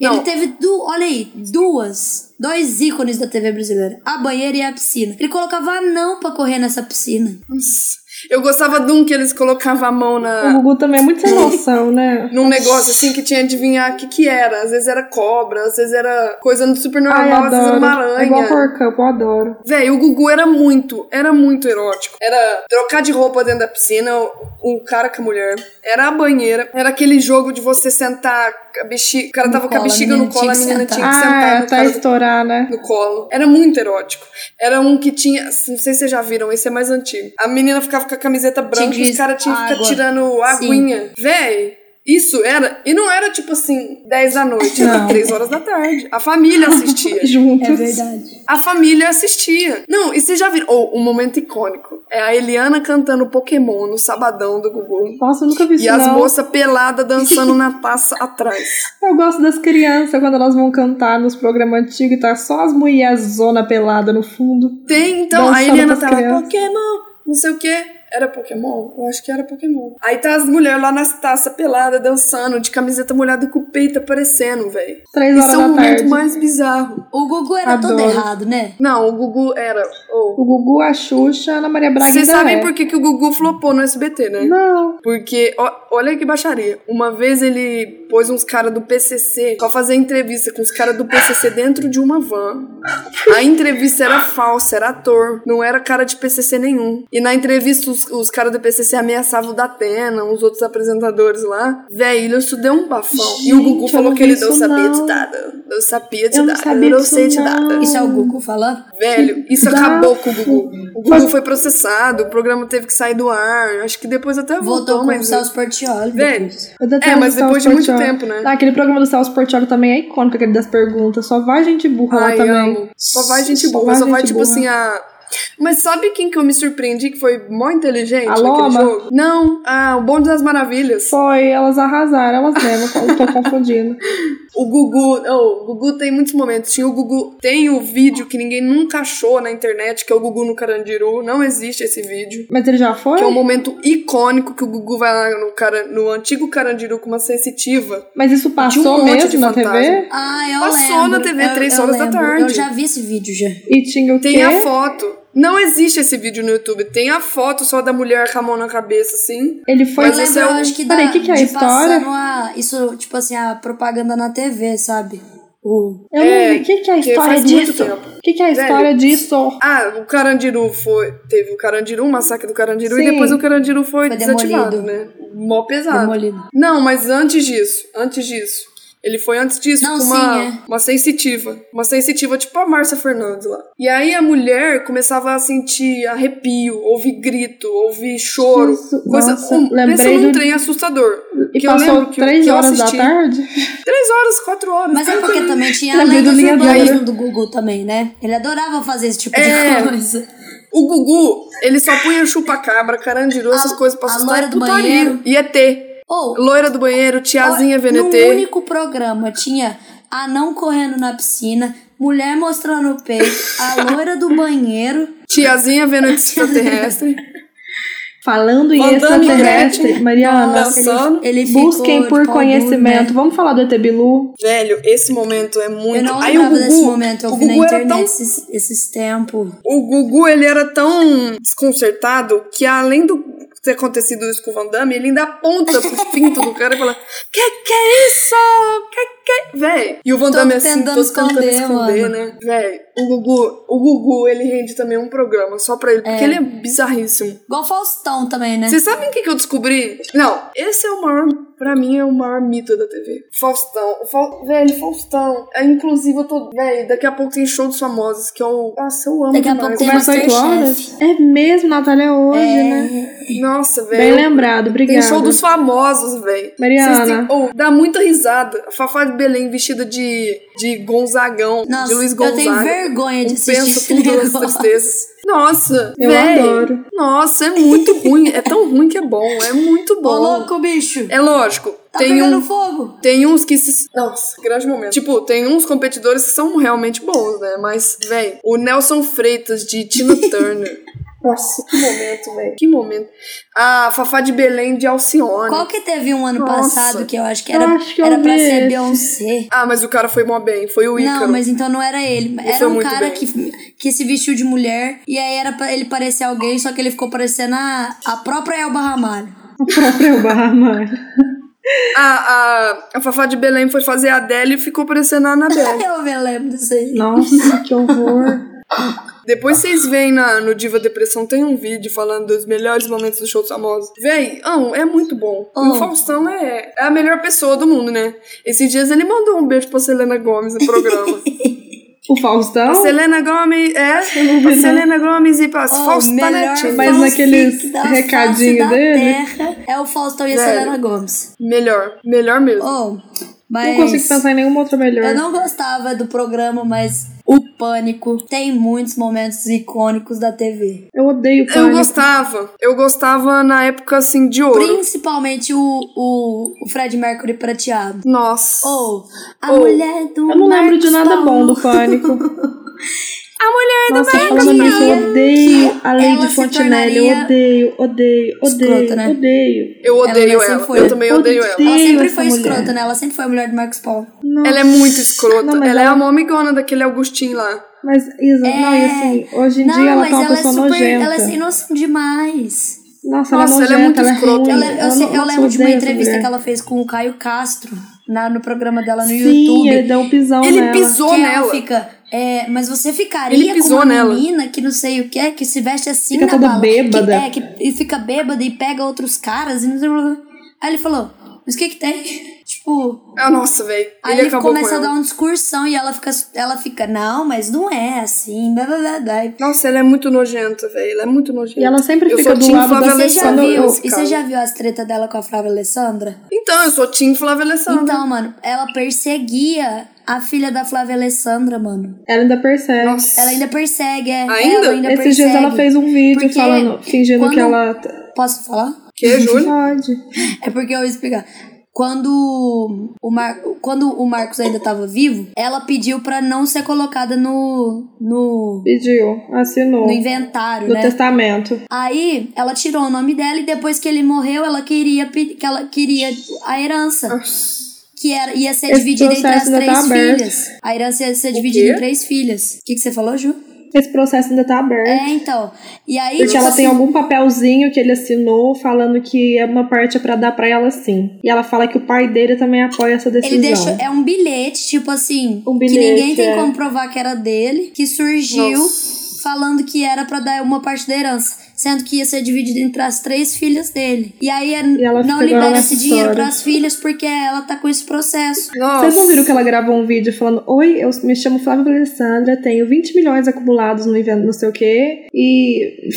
Ele
Não.
teve, du... olha aí, duas, dois ícones da TV brasileira, a banheira e a piscina. Ele colocava anão pra correr nessa piscina.
Eu gostava de um que eles colocavam a mão na,
O Gugu também é muito sem noção, né?
num negócio assim que tinha que adivinhar o que que era. Às vezes era cobra, às vezes era coisa super
Ai,
normal, às vezes era
adoro.
uma
É igual
aranha.
por campo, eu adoro.
Véi, o Gugu era muito, era muito erótico. Era trocar de roupa dentro da piscina, o, o cara com a mulher. Era a banheira, era aquele jogo de você sentar, a bexiga, o cara
No
tava com a
colo, a
bexiga no
menina
colo, a
tinha que
menina
sentar. tá
tinha que
Ah,
sentar no,
até
cara do-
estourar, né?
no colo. Era muito erótico. Era um que tinha, não sei se vocês já viram, esse é mais antigo. A menina ficava com a camiseta branca
que
e os caras tinham que ficar
água.
tirando aguinha. Véi, isso era. E não era tipo assim, 10 da noite, era
Não.
3 horas da tarde. A família assistia.
Juntos.
É verdade.
A família assistia. Não, e vocês já viram. Ou um momento icônico. É a Eliana cantando Pokémon no sabadão do Gugu.
Nossa, eu nunca vi isso,
E as
não.
moças peladas dançando na taça atrás.
Eu gosto das crianças quando elas vão cantar nos programas antigos e tá só as mulheres zona pelada no fundo.
Tem, então, a
Dançando
Eliana
pras
tava
crianças.
Pokémon, não sei o quê. Era Pokémon? Eu acho que era Pokémon. Aí tá as mulheres lá nas taças peladas, dançando, de camiseta molhada com o peito aparecendo, velho.
Três
Isso
horas
é um
da
momento
tarde.
mais bizarro.
O Gugu era todo
Adoro.
errado, né?
Não, o Gugu era. oh.
O Gugu, a Xuxa, a Ana Maria Braga
Vocês
e Zé.
sabem por que, que o Gugu flopou no SBT, né?
é. Não.
Porque, ó- olha que baixaria. Uma vez ele pôs uns caras do PCC pra fazer entrevista com os caras do PCC dentro de uma van. A entrevista era falsa, era ator. Não era cara de PCC nenhum. E na entrevista os, os caras do PCC ameaçavam o Datena, uns outros apresentadores lá. Velho, isso deu um bafão. e o
Gente,
Gugu
eu
falou
não
que ele
vi
não
isso,
sabia
não.
de nada. Não sabia de
Eu não
nada.
sabia
não
disso,
sei de
não.
nada.
Isso é o Gugu falando.
Velho, isso
bafo.
acabou com o Gugu. O Gugu foi processado, o programa teve que sair do ar. Acho que depois até voltou,
Voltou com o
mas.
Celso Portioli.
Velho,
Eu
É,
detesto
mas
o Celso
depois de muito
Portiolli.
tempo, né?
Ah, aquele programa do Celso Portiolli também é icônico, aquele das perguntas. Só vai gente burra lá
Ai,
também.
amo. Só vai gente
Só
burra, só vai
gente
tipo
burra.
assim a. Mas sabe quem que eu me surpreendi que foi mó inteligente
A
naquele
Loma?
jogo? Não, ah, o Bonde das Maravilhas.
Foi, elas arrasaram, elas mesmas, eu tô confundindo.
O Gugu, oh, o Gugu tem muitos momentos. Tinha o Gugu, tem o vídeo que ninguém nunca achou na internet, que é o Gugu no Carandiru. Não existe esse vídeo.
Mas ele já foi?
Que é um momento icônico que o Gugu vai lá no, cara, no antigo Carandiru com uma sensitiva.
Mas isso
Tinha
passou
um monte de
mesmo na
fantasma.
TV?
Ah, eu
Passou na
lembro.
TV
Eu-
três
eu
horas da
lembro.
tarde.
Eu já vi esse vídeo já.
E tinha o
Tem
quê?
a foto. Não existe esse vídeo no YouTube. Tem a foto só da mulher com a mão na cabeça, assim.
Ele foi.
Mas
eu
esse
lembro,
é o-
então eu acho que da,
Peraí, que que é a
de
história?
passando a, isso, tipo assim, a propaganda na TV, sabe? O...
Eu
É,
não vi. O que, que é a
que
história
faz muito
disso?
tempo.
O que, que é a
Velho.
história disso?
Ah, o Carandiru foi. Teve o Carandiru, o massacre do Carandiru,
Sim.
e depois o Carandiru foi,
Foi
desativado,
demolido.
né? Mó pesado.
Demolido.
Não, mas antes disso, antes disso. Ele foi antes disso,
Não,
com uma,
é.
sim,
uma sensitiva. Uma sensitiva, tipo a Márcia Fernandes lá. E aí a mulher começava a sentir arrepio, ouvir grito, ouvir choro.
Nossa,
coisa,
nossa,
um, pensa
lembrei
num
do-
trem assustador.
E
que eu
passou
lembro que eu-
três
que eu
horas da
assisti.
tarde.
Três horas, quatro horas.
Mas é porque também tinha a
Lembrei do
lendas
Linha
urbanas
Dura.
do Google também, né? Ele adorava fazer esse tipo
É.
de coisa.
O Gugu, ele só punha chupa-cabra, carandiru, essas
A-
coisas pra
a
assustar.
loira
e
do
putaria.
banheiro.
E ET.
Ou,
Loira do banheiro, tiazinha
No
venetê.
único programa tinha anão correndo na piscina, mulher mostrando o peito, a loira do banheiro.
Tiazinha venetê extraterrestre.
Falando em
Van Damme
extraterrestre, Mariana,
Nossa,
Ele, ele ficou
busquem
de
por
pau
conhecimento.
duro, né?
Vamos falar do ET Bilu?
Velho, esse momento é muito.
Eu não
Aí o
lembrava
Gugu,
desse momento, eu
o
vi na
Gugu era
internet
tão
esses, esses tempos.
O Gugu, ele era tão desconcertado que além do ter acontecido isso com o Van Damme, ele ainda aponta pro pinto do cara e fala que que é isso? Que que... Véi. E o Van
Tô
Damme assim,
tentando
todo tentando
esconder,
esconder,
mano.
né? Véi, o Gugu, o Gugu, ele rende também um programa só pra ele, porque ele é bizarríssimo.
Igual Faustão também, né?
Vocês sabem o que, que eu descobri? Não, esse é o maior. Pra mim é o maior mito da TV. Faustão. O Fau- Velho, Faustão. É, inclusive, eu tô. Velho, daqui a pouco tem show dos famosos, que eu. Nossa, eu amo
Daqui a
demais.
pouco tem
Começa
Masterchef.
8 horas? É mesmo, Natália, hoje, né?
Nossa,
Bem
velho.
lembrado,
É, Tem
obrigada.
show dos famosos, velho.
Mariana.
dá muita risada. A Fafá de Belém vestida de, de Gonzagão,
Nossa,
de Luiz
eu
Gonzaga.
tenho vergonha
Eu
de assistir
penso
esse
com todas as
negócio.
tristezas. Nossa,
Eu
véi.
adoro.
Nossa, é muito ruim. É tão ruim que é bom. É muito
Ô,
bom.
louco, bicho!
É lógico.
Tá
tem
pegando
um
fogo!
tem uns que se. Nossa, grande momento. Tipo, tem uns competidores que são realmente bons, né? Mas, véi, o Nelson Freitas de Tina Turner. Nossa, que momento, velho. Que momento. A Fafá de Belém de Alcione.
Qual que teve um ano
Nossa.
passado que eu acho que era,
Acho que eu
era pra
vi
ser
esse.
Beyoncé?
Ah, mas o cara foi mó bem. Foi o Ícaro.
Não, mas então não era ele.
foi
Era um
muito
cara
bem.
que, que se vestiu de mulher e aí era pra ele parecer alguém, só que ele ficou parecendo a, a própria Elba Ramalho.
A própria Obama.
Ah, A, a, a Fafá de Belém foi fazer a Adele e ficou parecendo a Anabelle.
Eu me lembro disso aí.
Nossa, que horror.
Depois vocês veem na, no Diva Depressão, tem um vídeo falando dos melhores momentos do show dos famosos. Véi, ah, é muito bom.
Oh.
O Faustão é, é a melhor pessoa do mundo, né? Esses dias ele mandou um beijo pra Selena Gomes no programa.
O Faustão?
Selena Gomes, é? Pra Selena Gomes e pra é tipo
Oh,
Faustanetti.
Mas
fanfic
naqueles
da
recadinho
face da
dele?
terra é o Faustão e a
Velho.
Selena Gomes.
Melhor, melhor mesmo.
Oh, mas...
Não consigo pensar em nenhuma outra melhor.
Eu não gostava do programa, mas o Pânico tem muitos momentos icônicos da TV.
Eu odeio o
Eu
pânico.
gostava. Eu gostava na época, assim, de ouro.
Principalmente o, o, o Fred Mercury prateado.
Nossa.
Ou a
Ou,
mulher do
Eu não lembro de
Marcos
nada
Paulo.
bom do pânico.
A mulher
Nossa, falando
Marcos
nisso, eu
Paulo.
odeio a
Ela
Lady
se
Fontinelli.
tornaria
Eu odeio, odeio, odeio,
escrota, né?
odeio.
Eu odeio
Ela
ela.
sempre foi.
Eu também odeio ela.
Ela sempre
essa
foi
mulher.
escrota, né? Ela sempre foi a mulher do Marcos Paulo.
Nossa.
Ela é muito escrota.
Não, mas
ela é
ela-
a mó amigona daquele Augustinho lá.
Mas, Isa, não, e assim, hoje em
É. não,
dia ela
mas
tá uma
ela é
pessoa
super.
nojenta.
Ela é sem noção demais.
Nossa, ela é
Nossa, ela é
nojenta,
muito
ela é
escrota.
ruim.
Eu, le- eu sei-
não-
eu
nossa,
lembro de uma
odeio essa
entrevista
mulher.
que ela fez com o Caio Castro na, no programa dela no
Sim,
YouTube.
ele deu um pisão
Ele
nela.
pisou
que
nela.
ela fica. É, mas você
Ele
ficaria com
pisou
uma
nela.
menina que não sei o que é, que se veste assim
Fica
na
toda
bala,
bêbada.
Que, é, que e fica bêbada e pega outros caras e não sei o que. Aí ele falou, mas o que que tem? Tipo,
Ah, nossa, velho.
aí
Ele
ele
acabou com
começa a
ela.
um
dar uma discursão e ela fica, ela fica, não, mas não é assim, blá blá blá blá. E
Nossa, ela é muito nojenta, velho. Ela é muito nojenta.
E ela sempre
Eu
fica
sou
do
Team
lado da-
Flávia
Você já
Quando
Alessandra
viu?
nesse
E você
caso.
já viu as treta dela com a Flávia Alessandra?
Então, eu sou Tim Flávia Alessandra.
Então, mano, ela perseguia a filha da Flávia Alessandra, mano.
Ela ainda percebe.
Nossa.
Ela ainda persegue, é.
Ainda?
Ela ainda
Esses
persegue.
dias ela fez um vídeo
Porque
falando, fingindo
quando-
que ela...
Posso falar?
Então,
Que, Júlio?
Pode.
É porque eu vou explicar. Quando o, Mar... Quando o Marcos ainda tava vivo, ela pediu pra não ser colocada no. no,
Pediu, assinou.
no inventário,
Do
né?
testamento.
Aí ela tirou o nome dela e depois que ele morreu, ela queria pe- que ela queria a herança. Que era, ia ser
Esse
dividida entre as
processo ainda tá
três
aberto.
filhas. A herança ia ser dividida
quê?
em três filhas. O que, que você falou, Ju?
Esse processo ainda tá aberto.
É, então. E aí.
Porque
tipo
ela tem
assim,
algum papelzinho que ele assinou falando que uma parte é pra dar pra ela sim. E ela fala que o pai dele também apoia essa decisão.
Ele deixou. É um bilhete, tipo assim.
Um
que
bilhete,
ninguém tem
é.
como provar que era dele, que surgiu
Nossa.
falando que era pra dar uma parte da herança. sendo que ia ser dividido entre as três filhas dele. E aí é
ela
não
ficou
libera
igual
esse
a
dinheiro
Sora.
para as filhas porque ela tá com esse processo.
Nossa.
Vocês não viram que ela gravou um vídeo falando: Oi, eu me chamo Flávia Alessandra, tenho 20 milhões acumulados no evento, não sei o quê. E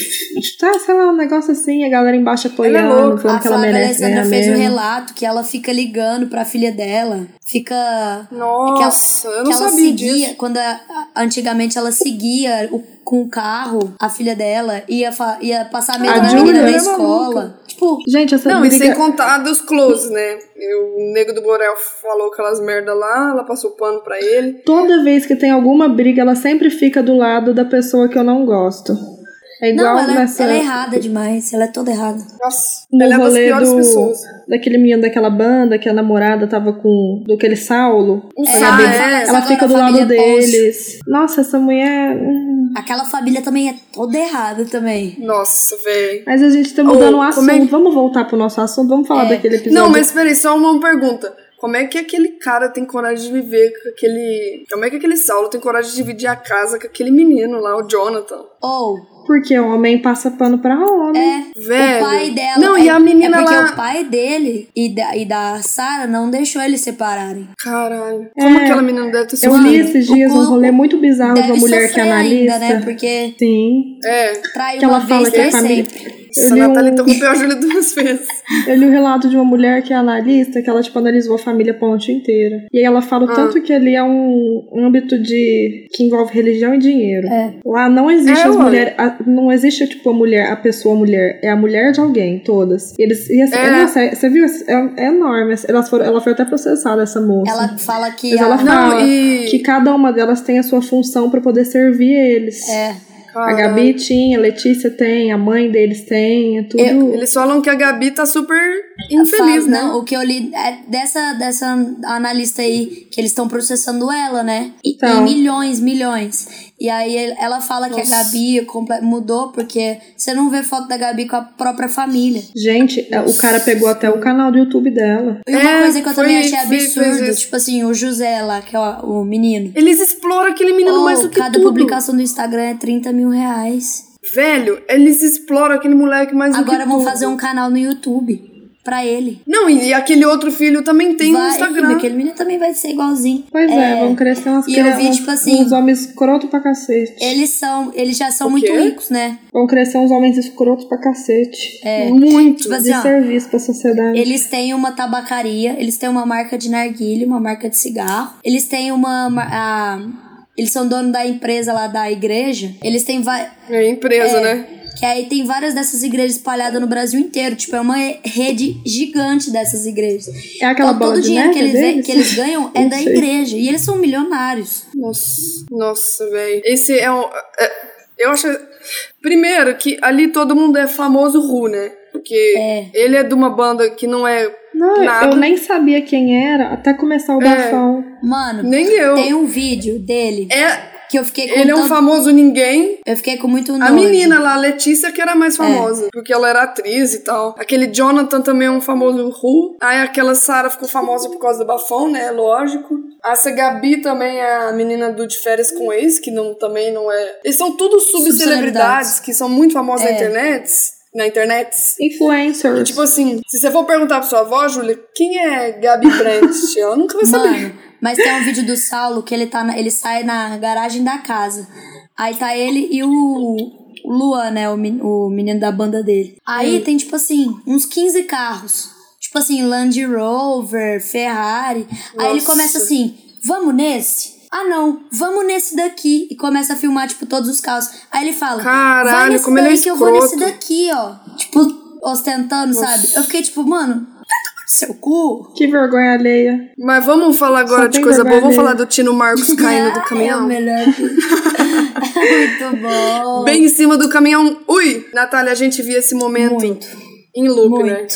tá, sei lá, um negócio assim, a galera embaixo apoiando,
Ela é louca.
Tá falando
a
que ela
Flávia
merece
Alessandra
ganhar
fez um
mesmo.
relato que ela fica ligando pra filha dela. Fica.
Nossa, eu
que
não
ela
sabia
seguia,
disso.
quando a- a- antigamente ela seguia o- com o carro a filha dela, ia, fa- ia passar medo
A
na menina
Júlia né,
da
era
escola. Tipo,
Gente, essa
Não, e
briga...
sem contar dos close, né? E o nego do Borel falou aquelas merda lá, ela passou pano pra ele.
Toda vez que tem alguma briga, ela sempre fica do lado da pessoa que eu não gosto. É igual
não, ela,
nessa.
ela é errada demais. Ela é toda errada.
Nossa,
no
ela é das
rolê
piores
do-
pessoas.
Daquele menino daquela banda que a namorada tava com. do aquele Saulo.
O
É,
Sá,
bem-
é.
Ela
agora
fica
a
do lado
família Ponce.
deles. Nossa, essa mulher. hum.
Aquela família também é toda errada também.
Nossa, velho.
Mas a gente tá mudando
Ou,
o
como
assunto.
é que-
Vamos voltar pro nosso assunto. Vamos falar
É.
daquele episódio.
Não, mas peraí, só uma pergunta. Como é que aquele cara tem coragem de viver com aquele. Como é que aquele Saulo tem coragem de dividir a casa com aquele menino lá, o Jonathan?
Ou,
Porque homem passa pano pra homem.
é.
Velho.
O pai dela.
Não,
é,
e a menina
é porque
lá.
o pai dele e da, e da Sarah não deixou eles separarem.
Caralho. Como aquela menina deve ter
É. Eu li
sofrido?
esses dias um
corpo
rolê muito bizarro de
Deve
uma mulher que
sofrer
analisa.
é ainda, né? Porque
Sim.
É.
trai
Que
uma
ela
vez,
fala que
trai
a família.
sempre.
Eu
Essa
li um-
tá
Natália tá interrompeu a Júlia duas vezes.
Eu li o relato de uma mulher que é analista, que ela, tipo, analisou a família ponte inteira. E aí ela fala o
Ah.
tanto que ali é um âmbito de... que envolve religião e dinheiro.
É.
Lá não existe
É,
as
ué.
mulheres... a- não existe, tipo, a mulher, a pessoa mulher. É a mulher de alguém, todas. E eles... E assim,
É.
nossa, é- você viu? É, é enorme. Elas foram, ela foi até processada, essa moça.
Ela fala que
Mas ela
a,
fala
Não, e-
Ah, que cada uma delas tem a sua função pra poder servir eles.
É.
Ah,
A Gabi tinha, a Letícia tem, a mãe deles tem, é tudo...
Eles falam que a Gabi tá super infeliz,
fala-
né?
É Não, o que eu li é dessa, dessa analista aí, que eles estão processando ela, né? E,
Então.
e milhões, milhões. E aí ele- ela fala que
Nossa.
a Gabi comple- mudou, porque você não vê foto da Gabi com a própria família.
Gente, é, o cara pegou até o canal do YouTube dela.
E uma
É,
coisa que eu
foi-
também achei
foi- fez
absurda,
isso.
tipo assim, o José lá, que é o, o menino.
Eles exploram aquele menino mais do que
cada
tudo.
publicação do Instagram é 30 mil reais.
Velho, eles exploram aquele moleque mais do que
Agora vão
tudo.
fazer um canal no YouTube pra ele.
Não, e aquele outro filho também tem no
Vai-
Instagram.
Aquele menino também vai ser igualzinho.
Pois é, vão crescer umas
e eu
crianças,
vi, tipo assim,
uns homens escroto pra cacete.
Eles são, eles já são
O
muito
quê?
ricos, né?
Vão crescer uns homens escrotos pra cacete. É.
Muito.
Tipo assim,
De
ó,
serviço pra sociedade.
eles têm uma tabacaria, eles têm uma marca de narguilha, uma marca de cigarro, eles têm uma. ma- a- eles são dono da empresa lá da igreja, eles têm. va-
É empresa, né?
Que aí tem várias dessas igrejas espalhadas no Brasil inteiro. Tipo, é uma rede gigante dessas igrejas.
É aquela
então, todo
bola
o
de
dinheiro que
neve
eles, ve-
deles?
que eles ganham é
Não
da
sei.
igreja. E eles são milionários.
Nossa, nossa, velho. Esse é um. é- eu acho. Primeiro, que ali todo mundo é famoso Ru, né? Porque
É.
ele é de uma banda que não é.
Não, eu-
nada.
eu nem sabia quem era até começar o
É.
bafão.
Mano,
Nem eu.
tem um vídeo dele
É,
que eu fiquei com
ele é um
tanto-
famoso ninguém.
Eu fiquei com muito
A
nojo.
menina lá, a Letícia, que era a mais famosa, porque ela era atriz e tal. Aquele Jonathan também é um famoso Ru. Aí aquela Sarah ficou famosa por causa do bafão, né? Lógico. Essa Gabi também é a menina do De Férias com Ex, que não, também não é. Eles são todos subcelebridades
Subcelebridades.
que são muito famosos
É.
na internet. Na internet.
Influencers.
Tipo assim, se você for perguntar pra sua avó, Júlia, quem é Gabi Brandt? Ela nunca vai saber.
Mano, mas tem um vídeo do Saulo que ele, tá na- ele sai na garagem da casa. Aí tá ele e o, o Luan, né? O, men- o menino da banda dele. Aí
Hum.
tem, tipo assim, uns 15 carros. Tipo assim, Land Rover, Ferrari. Aí ele
Nossa.
começa assim: vamos nesse? Ah, não, vamos nesse daqui. E começa a filmar, tipo, todos os carros. Aí ele fala:
Caralho,
vai nesse
como ele
daí
é
que eu vou nesse
escroto.
daqui, ó. Tipo, ostentando, sabe? Eu fiquei tipo, mano, vai tomar no seu cu.
Que vergonha alheia.
Mas vamos falar agora
Só
de
tem
coisa boa.
vergonha
Vamos
alheia.
falar do Tino Marcos caindo do
Ah, É o
caminhão.
melhor. Muito bom.
Bem em cima do caminhão. Ui! Natália, a gente via esse momento
Muito.
em loop, né?
Muito.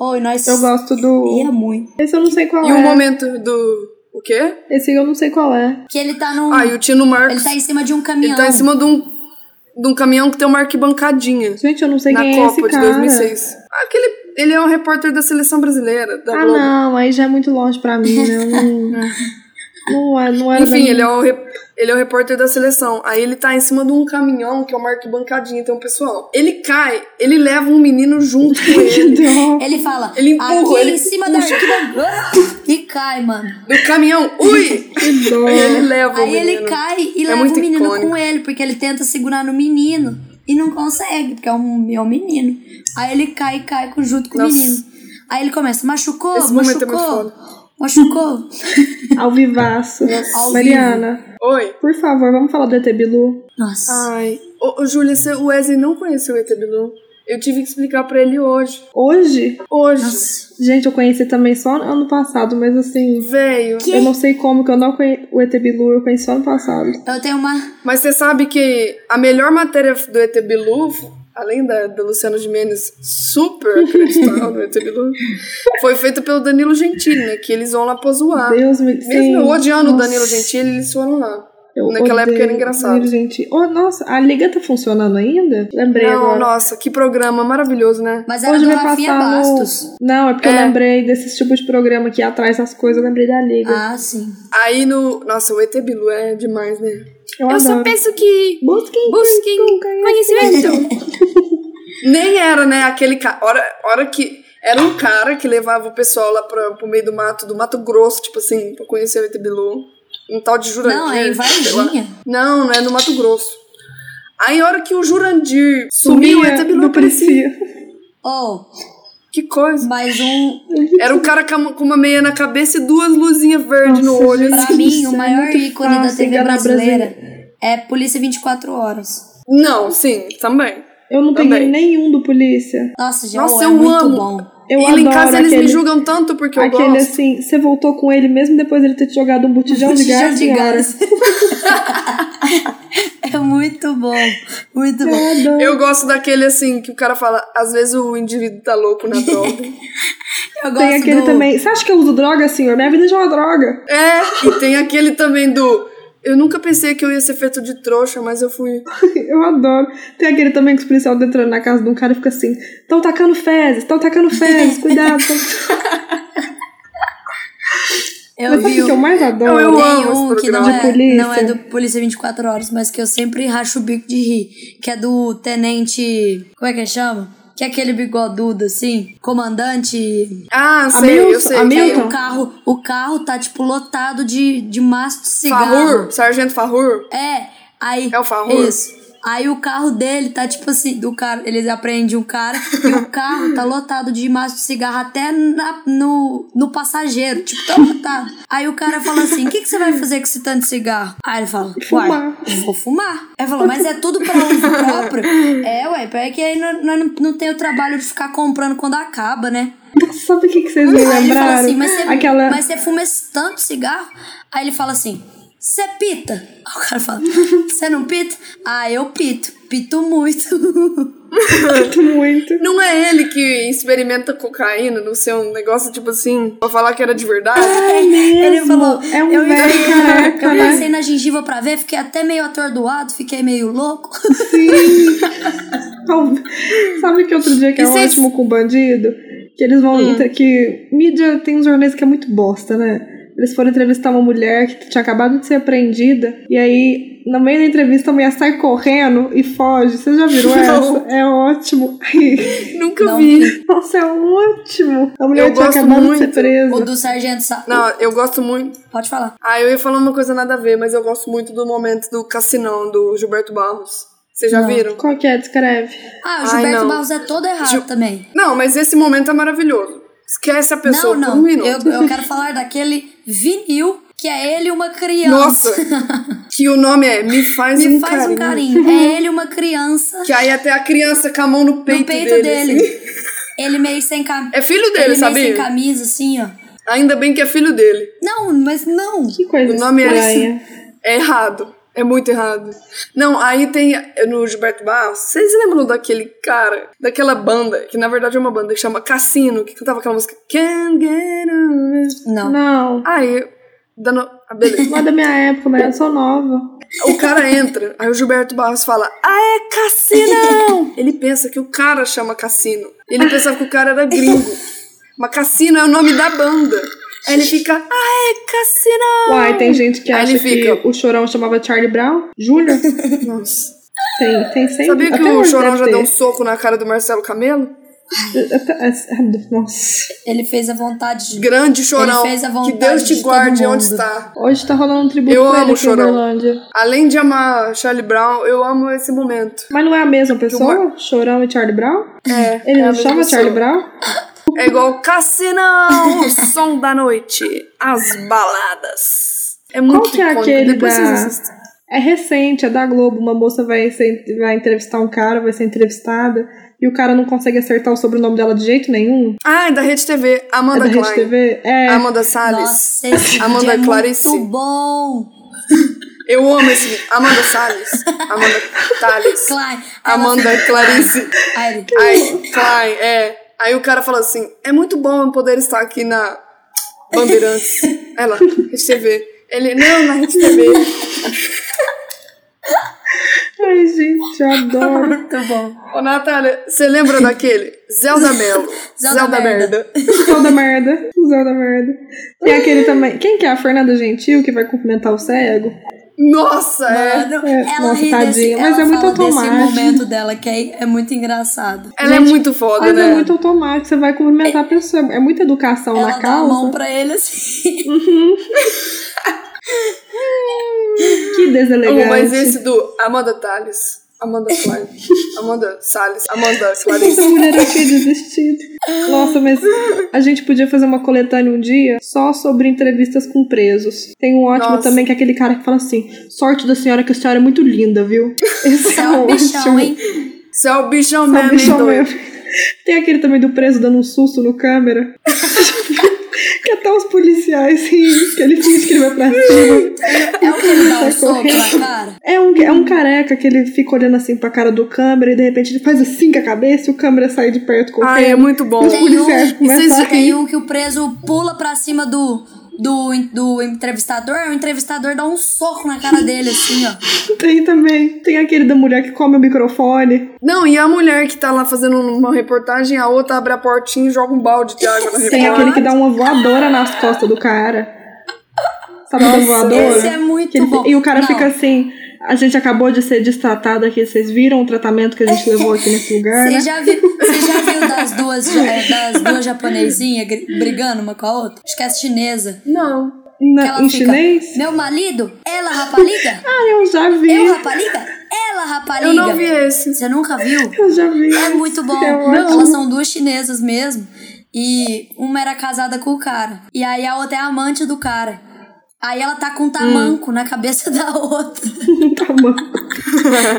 Oi, nós
Eu gosto do.
ia muito.
Esse eu não sei qual
E o
é.
momento do. O quê?
Esse eu não sei qual é.
Que ele tá num.
Ah, e o Tino
Ele
Marcos.
tá em cima de um caminhão.
Ele tá em cima de um, de um caminhão que tem uma arquibancadinha.
Gente, eu não sei
Na
quem é esse
Copa de
cara.
2006. Ah, Aquele, ele é um repórter da seleção brasileira, da
Ah,
Globo.
não, aí já é muito longe pra mim, né? Eu não- Não, é- não era
Enfim,
da-
ele é, o rep- ele é o repórter da seleção. Aí ele tá em cima de um caminhão, que é uma arquibancadinha, tem um pessoal. Ele cai, ele leva um menino junto com ele.
Deu-
Ele fala,
um Ele empurra,
aqui
ele
em cima da arquibancada e cai, mano.
Do caminhão, ui!
que dó.
E ele leva o
Aí
Tá menino.
ele é cai e
É
leva o
muito
menino
icônico.
com ele, porque ele tenta segurar no menino e não consegue, porque é um, é um menino. Aí ele cai e cai com- junto com
Nossa.
o menino. Aí ele começa, machucou,
Esse momento é muito
machucou, machucou.
Ao vivaço.
Ao
Mariana,
Oi.
por favor, vamos falar do ET Bilu?
Nossa.
Ai, ô, ô, Júlia, você- o Wesley não conheceu o ET Bilu. Eu tive que explicar pra ele hoje.
Hoje?
Hoje,
Nossa.
Gente, eu conheci também só ano passado, mas assim...
velho.
Que?
Eu não sei como que eu não conheci o ET Bilu, eu conheci só ano passado.
Ah.
Eu tenho uma.
Mas você sabe que a melhor matéria do ET Bilu, além da, do Luciano de Mendes, super acreditável do ET Bilu, foi feita pelo Danilo Gentili, né? Que eles vão lá pra zoar.
Deus me... sim.
Ah, Mesmo eu odiando
Nossa.
o Danilo Gentili, eles foram lá.
Eu
Naquela época era engraçado.
odeio, Gente. Oh, nossa, a liga tá funcionando ainda? Lembrei
Não,
agora.
nossa, que programa maravilhoso, né?
Mas era
Hoje
do
vai
Rafinha
passar no...
Bastos.
Não, é porque eu
É.
lembrei desse tipo de programa aqui atrás das coisas, eu lembrei da liga.
Ah, sim.
Aí no. Nossa, o ET Bilu é demais, né?
eu
Eu só
adoro.
penso que.
Busquem,
Busquem
conhecimento.
Nem era, né? Aquele cara. Hora, hora que. Era um cara que levava o pessoal lá pra, pro meio do mato, do Mato Grosso, tipo assim, pra conhecer o ET Bilu. Um tal de Jurandir.
Não, é em
sei lá.
Varginha.
Não, não é no Mato Grosso. Aí, a hora que o Jurandir sumiu, o
Sumia,
ET Bilu
é, não
aparecia.
aparecia.
Oh,
Que coisa.
mais um.
Era um cara com uma- com uma meia na cabeça e duas luzinhas verdes no
Nossa,
olho.
gente.
assim.
Pra mim, o
Isso é
maior
muito
ícone da
fácil
TV
enganar
brasileira é Polícia 24 Horas.
Não, sim, também.
Eu não peguei
Também.
nenhum do polícia.
Nossa, já
Nossa,
é
eu
muito
amo.
bom.
Eu
e lá
adoro
em casa
aquele,
eles me julgam tanto porque eu
aquele
gosto.
assim, você voltou com ele mesmo depois ele ter te jogado um botijão de
Botijão
gás.
de
senhora.
gás. É muito bom. Muito bom.
Eu adoro.
Eu gosto daquele assim que o cara fala, às vezes o indivíduo tá louco na droga.
Eu gosto
Tem aquele
do...
também. Você acha que eu uso droga, senhor? Minha vida já é uma droga.
é, e tem aquele também do. Eu nunca pensei que eu ia ser feito de trouxa, mas eu fui.
Eu adoro. Tem aquele também que os policiais estão entrando na casa de um cara e fica assim: estão tacando fezes, estão tacando fezes, cuidado.
Eu
Mas sabe
vi
o que eu
um-
mais adoro?
Eu
tem
amo
um
esse
que não
programa.
De
é,
polícia.
não é do Polícia 24 Horas, mas que eu sempre racho o bico de rir. Que é do Tenente... Como é que chama? Que é aquele bigodudo, assim. Comandante...
Ah, sei, eu
Hamilton,
sei.
Que aí
Hamilton?
o carro, o carro tá, tipo, lotado de, de maço de
quem é.
cigarro.
Farrur, Sargento Farrur.
É, aí...
É o Farrur?
Isso. Aí o carro dele tá, tipo assim, do cara... Eles aprendem um cara e o carro tá lotado de maço de cigarro até na- no, no passageiro. Tipo, tá lotado. Aí o cara fala assim, o que, que você vai fazer com esse tanto de cigarro? Aí ele fala, uai,
Fumar.
vou fumar. Aí falou, mas é tudo pra uso próprio? É, ué, é que aí nós nós não, não tem o trabalho de ficar comprando quando acaba, né?
Sabe o que, que vocês me
Aí ele fala
lembraram?
assim, mas você,
Aquela.
mas você fuma esse tanto cigarro? Aí ele fala assim, você pita? Aí o cara fala, você não pita? Ah, eu pito, pito muito.
Muito, muito.
Não é ele que experimenta cocaína, não sei, um negócio tipo assim, pra falar que era de verdade?
ele
É mesmo?
falou,
É um
eu,
velho
eu-
careca,
eu
né?"
passei na gengiva pra ver, fiquei até meio atordoado, fiquei meio louco.
Sabe que outro dia que
E
é
vocês- Hum.
ótimo com bandido? Que eles vão. entre- Que mídia tem uns jornais que é muito bosta, né? Eles foram entrevistar uma mulher que tinha acabado de ser apreendida. E aí, no meio da entrevista, a mulher sai correndo e foge. Você já virou essa?
Não.
É ótimo. Ai,
Nunca
Não.
vi.
Nossa, é ótimo. A mulher
Eu
tinha
gosto
acabado de ser
muito.
o
presa.
do sargento Sa...
Não, eu gosto muito.
Pode falar.
Ah, eu ia falar uma coisa nada a ver, mas eu gosto muito do momento do Cassinão, do Gilberto Barros. Vocês já
Não.
viram?
Qual que é? Descreve.
Ah,
Ai,
o Gilberto
não.
Barros é todo errado
Gil-
também.
Não, mas esse momento é maravilhoso. Esquece a pessoa
não,
por
não,
um minuto.
eu, eu quero falar daquele vinil que é ele e uma criança.
Nossa! que o nome é Me Faz,
Me
um,
faz
carinho.
um carinho. É ele uma criança
Que aí até a criança com a mão no peito,
no peito dele.
assim.
Ele meio sem camisa.
É filho
Ele
dele,
meio sem
sabia?
camisa, assim, ó.
Ainda bem que é filho dele.
Não, mas não.
Que coisa
O nome era
estranha.
É errado. É muito errado. Não, aí tem eh, no Gilberto Barros. Vocês lembram daquele cara, daquela banda, que na verdade é uma banda que chama Cassino, que cantava aquela música Can't Get On.
Não.
Não.
Aí, dando. Ah, beleza.
Não é da minha época, mas eu sou nova.
O cara entra, aí o Gilberto Barros fala: Ah, é Cassinão! Ele pensa que o cara chama Cassino. Ele pensava que o cara era gringo. Mas Cassino é o nome da banda. Aí ele fica, ai, Cassina!
Uai, tem gente que
Aí
acha
ele fica.
que o Chorão chamava Charlie Brown. Júnior?
Nossa.
Tem, tem sempre.
Sabia que
Até
o
hoje
Chorão
deve
já
ter. tá,
deu um soco na cara do Marcelo Camelo?
Até- até- ah, Nossa.
Ele fez a vontade de.
Grande Chorão.
Ele fez a vontade
que Deus te
de todo
guarde
mundo.
onde está.
Hoje tá rolando um tributo
Eu
pra ele
amo o
aqui em
Chorão.
Uberlândia.
Além de amar Charlie Brown, eu amo esse momento.
Mas não é a mesma pessoa? Chorão e Charlie Brown?
É,
Ele
Tipo, é a
não
mesma
chama Charlie
pessoa.
Brown?
É igual Cassinão, o som da noite, as baladas. É muito
que é
icônico,
aquele
depois
da-
vocês assistem.
É recente, é da Globo. Uma moça vai, ser, vai entrevistar um cara, vai ser entrevistada. E o cara não consegue acertar o sobrenome dela de jeito nenhum.
Ah, é da Rede TV,
É
Amanda
da Rede
Klein.
TV? É.
Amanda Salles.
Nossa, esse
Amanda
vídeo é
Clarice.
muito bom.
Eu amo esse vídeo. Amanda Salles. Amanda Tales.
Klein.
Amanda Clarice.
Aí,
Aí, Klein, é. Aí o cara fala assim: é muito bom eu poder estar aqui na Bandeirantes. Ela, Rede TV. Ele, não, na Rede TV.
Ai, gente, eu adoro.
muito bom.
Ô, Natália, você lembra daquele? Zelda Mello.
Zelda Merda.
Zé da merda. Zé da merda. Tem aquele também. Quem que é? A Fernanda Gentil, que vai cumprimentar o cego?
Nossa, é.
Mano,
é,
ela
nossa,
ri desse,
tadinha,
ela
mas é muito
fala desse
automático.
momento dela, que é, é muito engraçado.
Ela é
Gente,
muito foda,
Mas
né?
é muito automático, você vai cumprimentar a pessoa. É muita educação
Ela
na
dá a mão
causa.
pra ele assim.
Que
Amo,
deselegante.
mas esse do Amanda Tales. Amanda Klein. Amanda Salles. Amanda Clarice.
Essa mulher eu tinha desistido. Nossa, mas a gente podia fazer uma coletânea um dia só sobre entrevistas com presos. Tem um ótimo
Nossa.
também que é aquele cara que fala assim: sorte da senhora que a senhora é muito linda, viu? Esse
Você é um bichão, hein?
Você é o bichão
Só
mesmo,
bichão
hein, doido?
mesmo. Tem aquele também do preso dando um susto no câmera. que até os policiais riem, que ele finge que ele vai pra cima.
É o que ele dá um soco na cara.
É um, é um careca que ele fica olhando assim pra cara do câmera e de repente ele faz assim com a cabeça e o câmera sai de perto com
Ai, é muito bom.
Os
é
policiais
Vocês-
começam a
um Tem
rir.
um que o preso pula pra cima do, do, do entrevistador, o entrevistador dá um soco na cara dele, assim, ó.
Tem também. Tem aquele da mulher que come o microfone.
Não, e a mulher que tá lá fazendo uma reportagem, a outra abre a portinha e joga um balde de água na
Tem
reportagem.
aquele que dá uma voadora nas costas do cara. Sabe da voadora?
Esse é muito
Que ele-
bom.
E o cara
Não,
fica assim, a gente acabou de ser destratado aqui, vocês viram o tratamento que a gente levou aqui nesse
É,
lugar,
Você
né?
já, viu, você já viu das duas, ja- é, das duas japonesinhas gri- brigando uma com a outra? Acho que é a chinesa.
Não.
Na-
Que ela
em
fica,
chinês?
Meu marido, ela rapaliga?
Ah, eu já vi.
Eu rapaliga? Ela rapaliga.
Eu não vi esse.
Você nunca viu?
Eu já vi.
É muito bom.
É
Elas
ótimo.
são duas chinesas mesmo. E uma era casada com o cara. E aí a outra é amante do cara. Aí ela tá com um
Hum.
tamanco na cabeça da outra.
tá bom.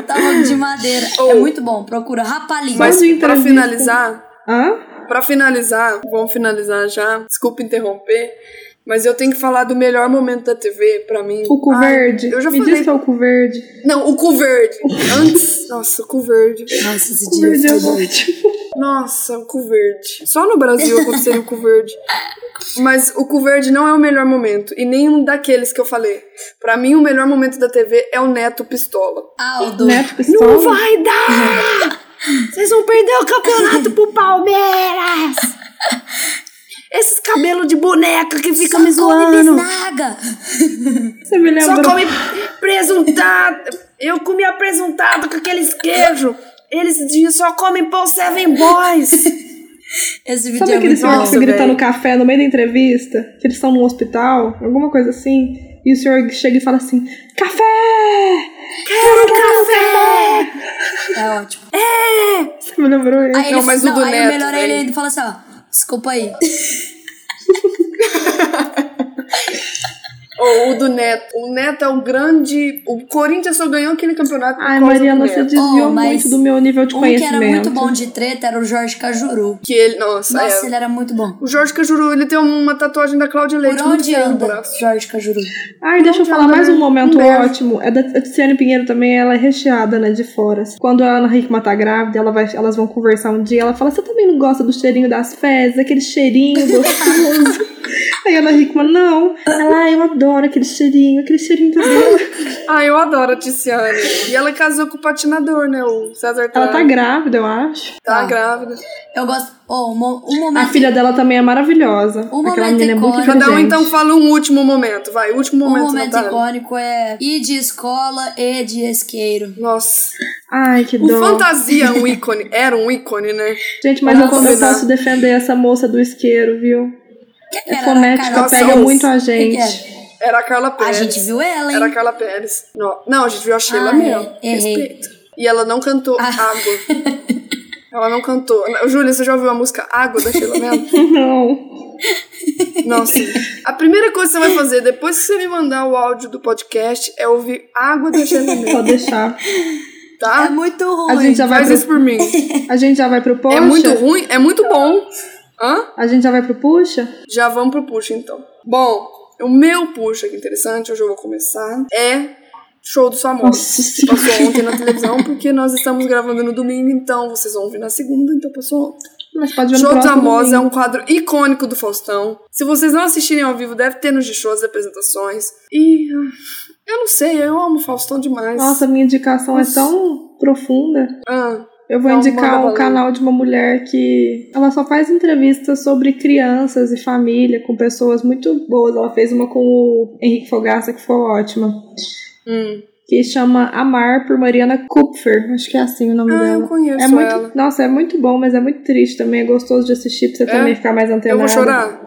tamanco de madeira. É muito bom. Procura rapalinho.
Oh. Mas
Faz uma
pra
entrevista.
finalizar,
Hã?
pra finalizar, vamos finalizar já. Desculpa interromper, mas eu tenho que falar do melhor momento da TV pra mim.
O cu
Ai,
verde.
Eu já
Me
falei.
diz que é o cu verde.
Não, o cu verde. Antes, nossa, o cu verde.
Nossa, esse
O cu
dia
verde é
foi doido.
ótimo.
Nossa, o cu verde. Só no Brasil aconteceu o cu verde. Mas o cu verde não é o melhor momento. E nenhum daqueles que eu falei. Pra mim, o melhor momento da TV é o Neto Pistola.
Aldo.
Neto
Não
Pistola.
vai dar! Vocês vão perder o campeonato pro Palmeiras! Esses cabelos de boneca que
Só
ficam me
come
zoando.
bisnaga.
Você me
Só
lembrou.
come presuntado. Eu comi apresentado com aqueles queijo. Eles diz- só comem pão Seven Boys.
Esse vídeo
Sabe
é
aqueles
senhor
senhor
muito
que
nossa,
fica
bom.
gritando
velho.
café no meio da entrevista? Que eles estão no hospital, alguma coisa assim. E o senhor chega e fala assim: Café!
Quero café!
É ótimo.
Você me lembrou isso?
Aí ele,
Não, mas o do
aí
Neto,
melhor é ele
velho.
ainda fala assim, ó. Desculpa aí.
Ou o do Neto. O Neto é o grande. O Corinthians só ganhou aquele campeonato. por causa
Ai,
do
Mariana, você
Neto.
desviou
Oh, mas
muito do meu nível de
Um que
conhecimento.
era muito bom de treta era o Jorge Cajuru.
Que ele. Nossa,
Nossa,
é.
ele era muito bom.
O Jorge Cajuru, ele tem uma tatuagem da Cláudia Leite.
Por
É muito
onde
feia no
anda
braço.
Jorge Cajuru?
Ai, deixa eu falar mais um momento
Um beijo.
ótimo. É da Tiziane Pinheiro também, ela é recheada, né, de fora. Quando a Ana Hickman tá grávida, ela vai, elas vão conversar um dia, ela fala, você também não gosta do cheirinho das fezes? Aquele cheirinho gostoso. Aí a Ana Hickman, não. Ela, "Ah, eu adoro, adoro aquele cheirinho, aquele cheirinho do dedo.
Ah, eu adoro a Tiziane. E ela casou com o patinador, né? O César
Ela tá
Claro.
grávida, eu acho.
Tá
Tá.
grávida.
Eu gosto. Ó, um, mo- um
A
momento.
filha dela também é maravilhosa.
Um
Aquela
momento
menina é muito
icônico.
inteligente.
Cada um então fala um último momento, vai. Último
um
momento,
momento
tá
Natália.
icônico é ir de escola e de esqueiro.
Nossa.
Ai, que
O
dó.
fantasia é um ícone. Era um ícone, né?
Gente, mas eu,
Nossa.
eu posso defender essa moça do isqueiro, viu?
que
É
era,
fonética,
Carol?
pega
Nossa,
muito a
Quem que
gente.
era?
Era a Carla
A
Pérez.
gente viu ela, hein?
Era a Carla Pérez. Não, não a gente viu a Sheila
Ah,
mesmo.
é. Errei.
Respeito. E ela não cantou
Ah.
Água. Ela não cantou. Júlia, você já ouviu a música Água da Sheila mesmo?
Não.
Nossa. A primeira coisa que você vai fazer depois que você me mandar o áudio do podcast é ouvir Água da Sheila mesmo,
Pode deixar.
É
tá?
muito
A
ruim.
gente já vai
Faz
pro,
isso por mim.
a gente já vai pro puxa.
É muito ruim, é muito bom. Hã?
A gente já vai pro puxa.
Já vamos pro puxa, então. Bom, o meu puxa, que interessante, hoje eu vou começar, é Show dos
Nossa
Famosos.
Senhora.
Passou ontem na televisão, porque nós estamos gravando no domingo, então vocês vão ouvir na segunda, então passou ontem.
Mas pode ver no
Show dos
próximo.
Famosos é
domingo.
um quadro icônico do Faustão. Se vocês não assistirem ao vivo, deve ter nos de shows e apresentações. E ah, eu não sei, eu amo o Faustão demais.
Nossa, minha indicação é tão profunda.
Ah,
Eu vou
Não, manda
indicar um
bala.
canal de uma mulher que ela só faz entrevistas sobre crianças e família com pessoas muito boas. Ela fez uma com o Henrique Fogaça que foi ótima.
hum.
Que chama Amar por Mariana Kupfer. Acho que é assim o nome
Ah,
dela.
eu conheço
É muito,
ela.
nossa, é muito bom, mas é muito triste também. É gostoso de assistir pra você também ficar mais antenado.
Eu vou chorar.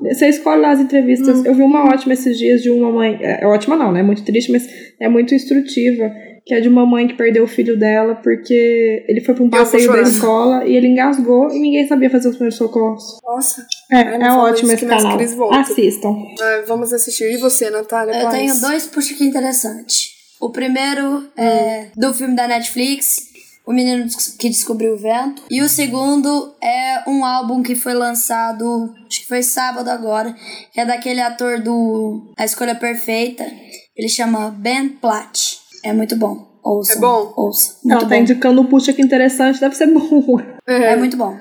Você escolhe lá as entrevistas.
Hum.
Eu vi uma ótima esses dias de uma mãe. É é ótima não, né? É muito triste, mas é muito instrutiva. Que é de uma mãe que perdeu o filho dela porque ele foi pra um
vou
passeio da
chorar.
escola e ele engasgou e ninguém sabia fazer os primeiros socorros.
Nossa. Ai,
É,
não
é
fala
ótimo
isso
esse
que minhas
canal.
crises voltam.
Assistam.
Ah, vamos assistir. E você, Natália?
Eu
Quais?
tenho dois puxa aqui interessantes. O primeiro é do filme da Netflix, O Menino Des- que Descobriu o Vento. E o segundo é um álbum que foi lançado, acho que foi sábado agora, que é daquele ator do A Escolha Perfeita. Ele chama Ben Platt. É muito bom. Ouça.
É bom?
Ouça.
Ela
Muito
tá
bom.
indicando o puxa que interessante, deve ser bom.
É muito bom.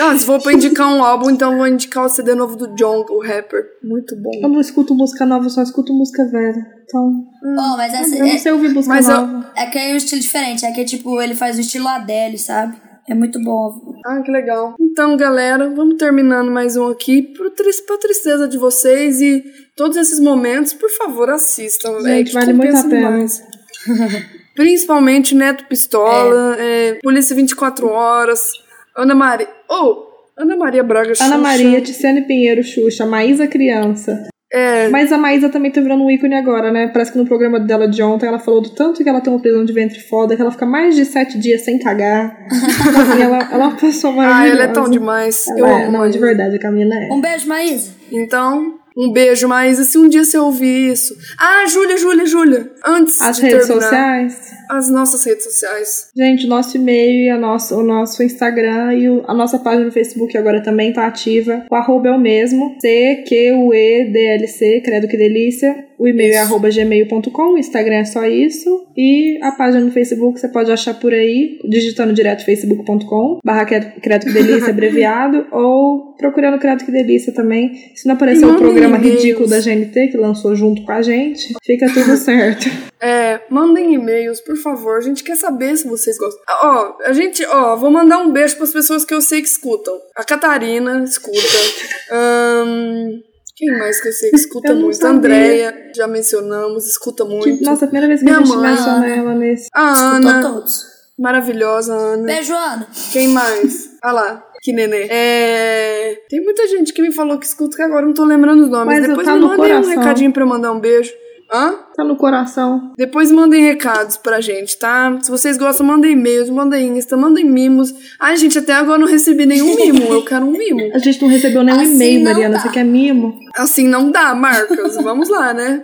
Ah, se for pra indicar um álbum, então eu vou indicar o CD novo do John, o rapper. Muito
Eu
bom.
não escuto música nova, eu só escuto música velha. Então,
Bom, mas essa,
eu não
é,
sei ouvir música
Mas eu-
nova.
é que é um estilo diferente. É que, tipo, ele faz o estilo Adele, sabe? É muito bom.
Ah, que legal. Então, galera, vamos terminando mais um aqui pro tris- pra tristeza de vocês e todos esses momentos, por favor, assistam.
Gente,
é que
vale muito a
compensa
pena.
demais. Principalmente Neto Pistola, é, Polícia 24 Horas, Ana Maria. Ou Ana Maria Braga
Ana
Xuxa.
Maria, Tiziane Pinheiro, Xuxa, Maísa Criança.
É.
Mas a Maísa também tá virando um ícone agora, né? Parece que no programa dela de ontem ela falou do tanto que ela tem uma prisão de ventre foda, que ela fica mais de sete dias sem cagar. Então, assim, ela, ela é uma pessoa
Ah,
maravilhosa.
ela é tão demais.
Ela
eu
é,
amo.
Não,
ela.
de verdade, a Camila é.
Um beijo, Maísa.
Então, um beijo, mas se um dia você ouvir isso. Ah, Júlia, Júlia, Júlia. Antes
As
de
redes
terminar,
sociais.
as nossas redes sociais.
Gente, o nosso e-mail e a nossa, o nosso Instagram e o- a nossa página no Facebook agora também tá ativa. O arroba é o mesmo. C-Q-U-E-D-L-C, credo que delícia. O e-mail é arroba gmail.com, o Instagram é só isso. E a página no Facebook você pode achar por aí, digitando direto facebook.com, barra Credo Credo que delícia, abreviado, ou procurando Credo que delícia também. Se não aparecer
E
o
mandem
programa
e-mails.
ridículo da GNT, que lançou junto com a gente, fica tudo certo.
É, mandem e-mails, por favor. A gente quer saber se vocês gostam. Ah, Ó, a gente, ó, vou mandar um beijo pras pessoas que eu sei que escutam. A Catarina escuta. Ahn, quem mais que eu sei que escuta
Eu não
muito? A
sabia.
Andrea, já mencionamos, escuta muito.
Nossa, a primeira vez que
Minha
a gente
mãe,
menciona
Ana.
ela nesse.
A
Escutou
Ana,
todos.
maravilhosa Ana.
Beijo, Ana.
Quem mais? Ah lá, que nenê. É... Tem muita gente que me falou que escuta que agora eu não tô lembrando os nomes.
Mas
Depois
tá
me
no
mandem um
coração.
recadinho pra eu mandar um beijo. Hã?
Tá no coração.
Depois mandem recados pra gente, tá? Se vocês gostam, mandem e-mails, mandem Insta, mandem mimos. Ai, gente, até agora eu não recebi nenhum mimo. Eu quero um mimo.
A gente não recebeu nenhum
Assim
e-mail,
não
Mariana.
dá.
Você quer mimo?
Assim não dá, Marcos. Vamos lá, né?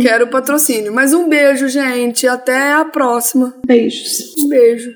Quero patrocínio. Mas um beijo, gente. Até a próxima.
Beijos.
Um beijo.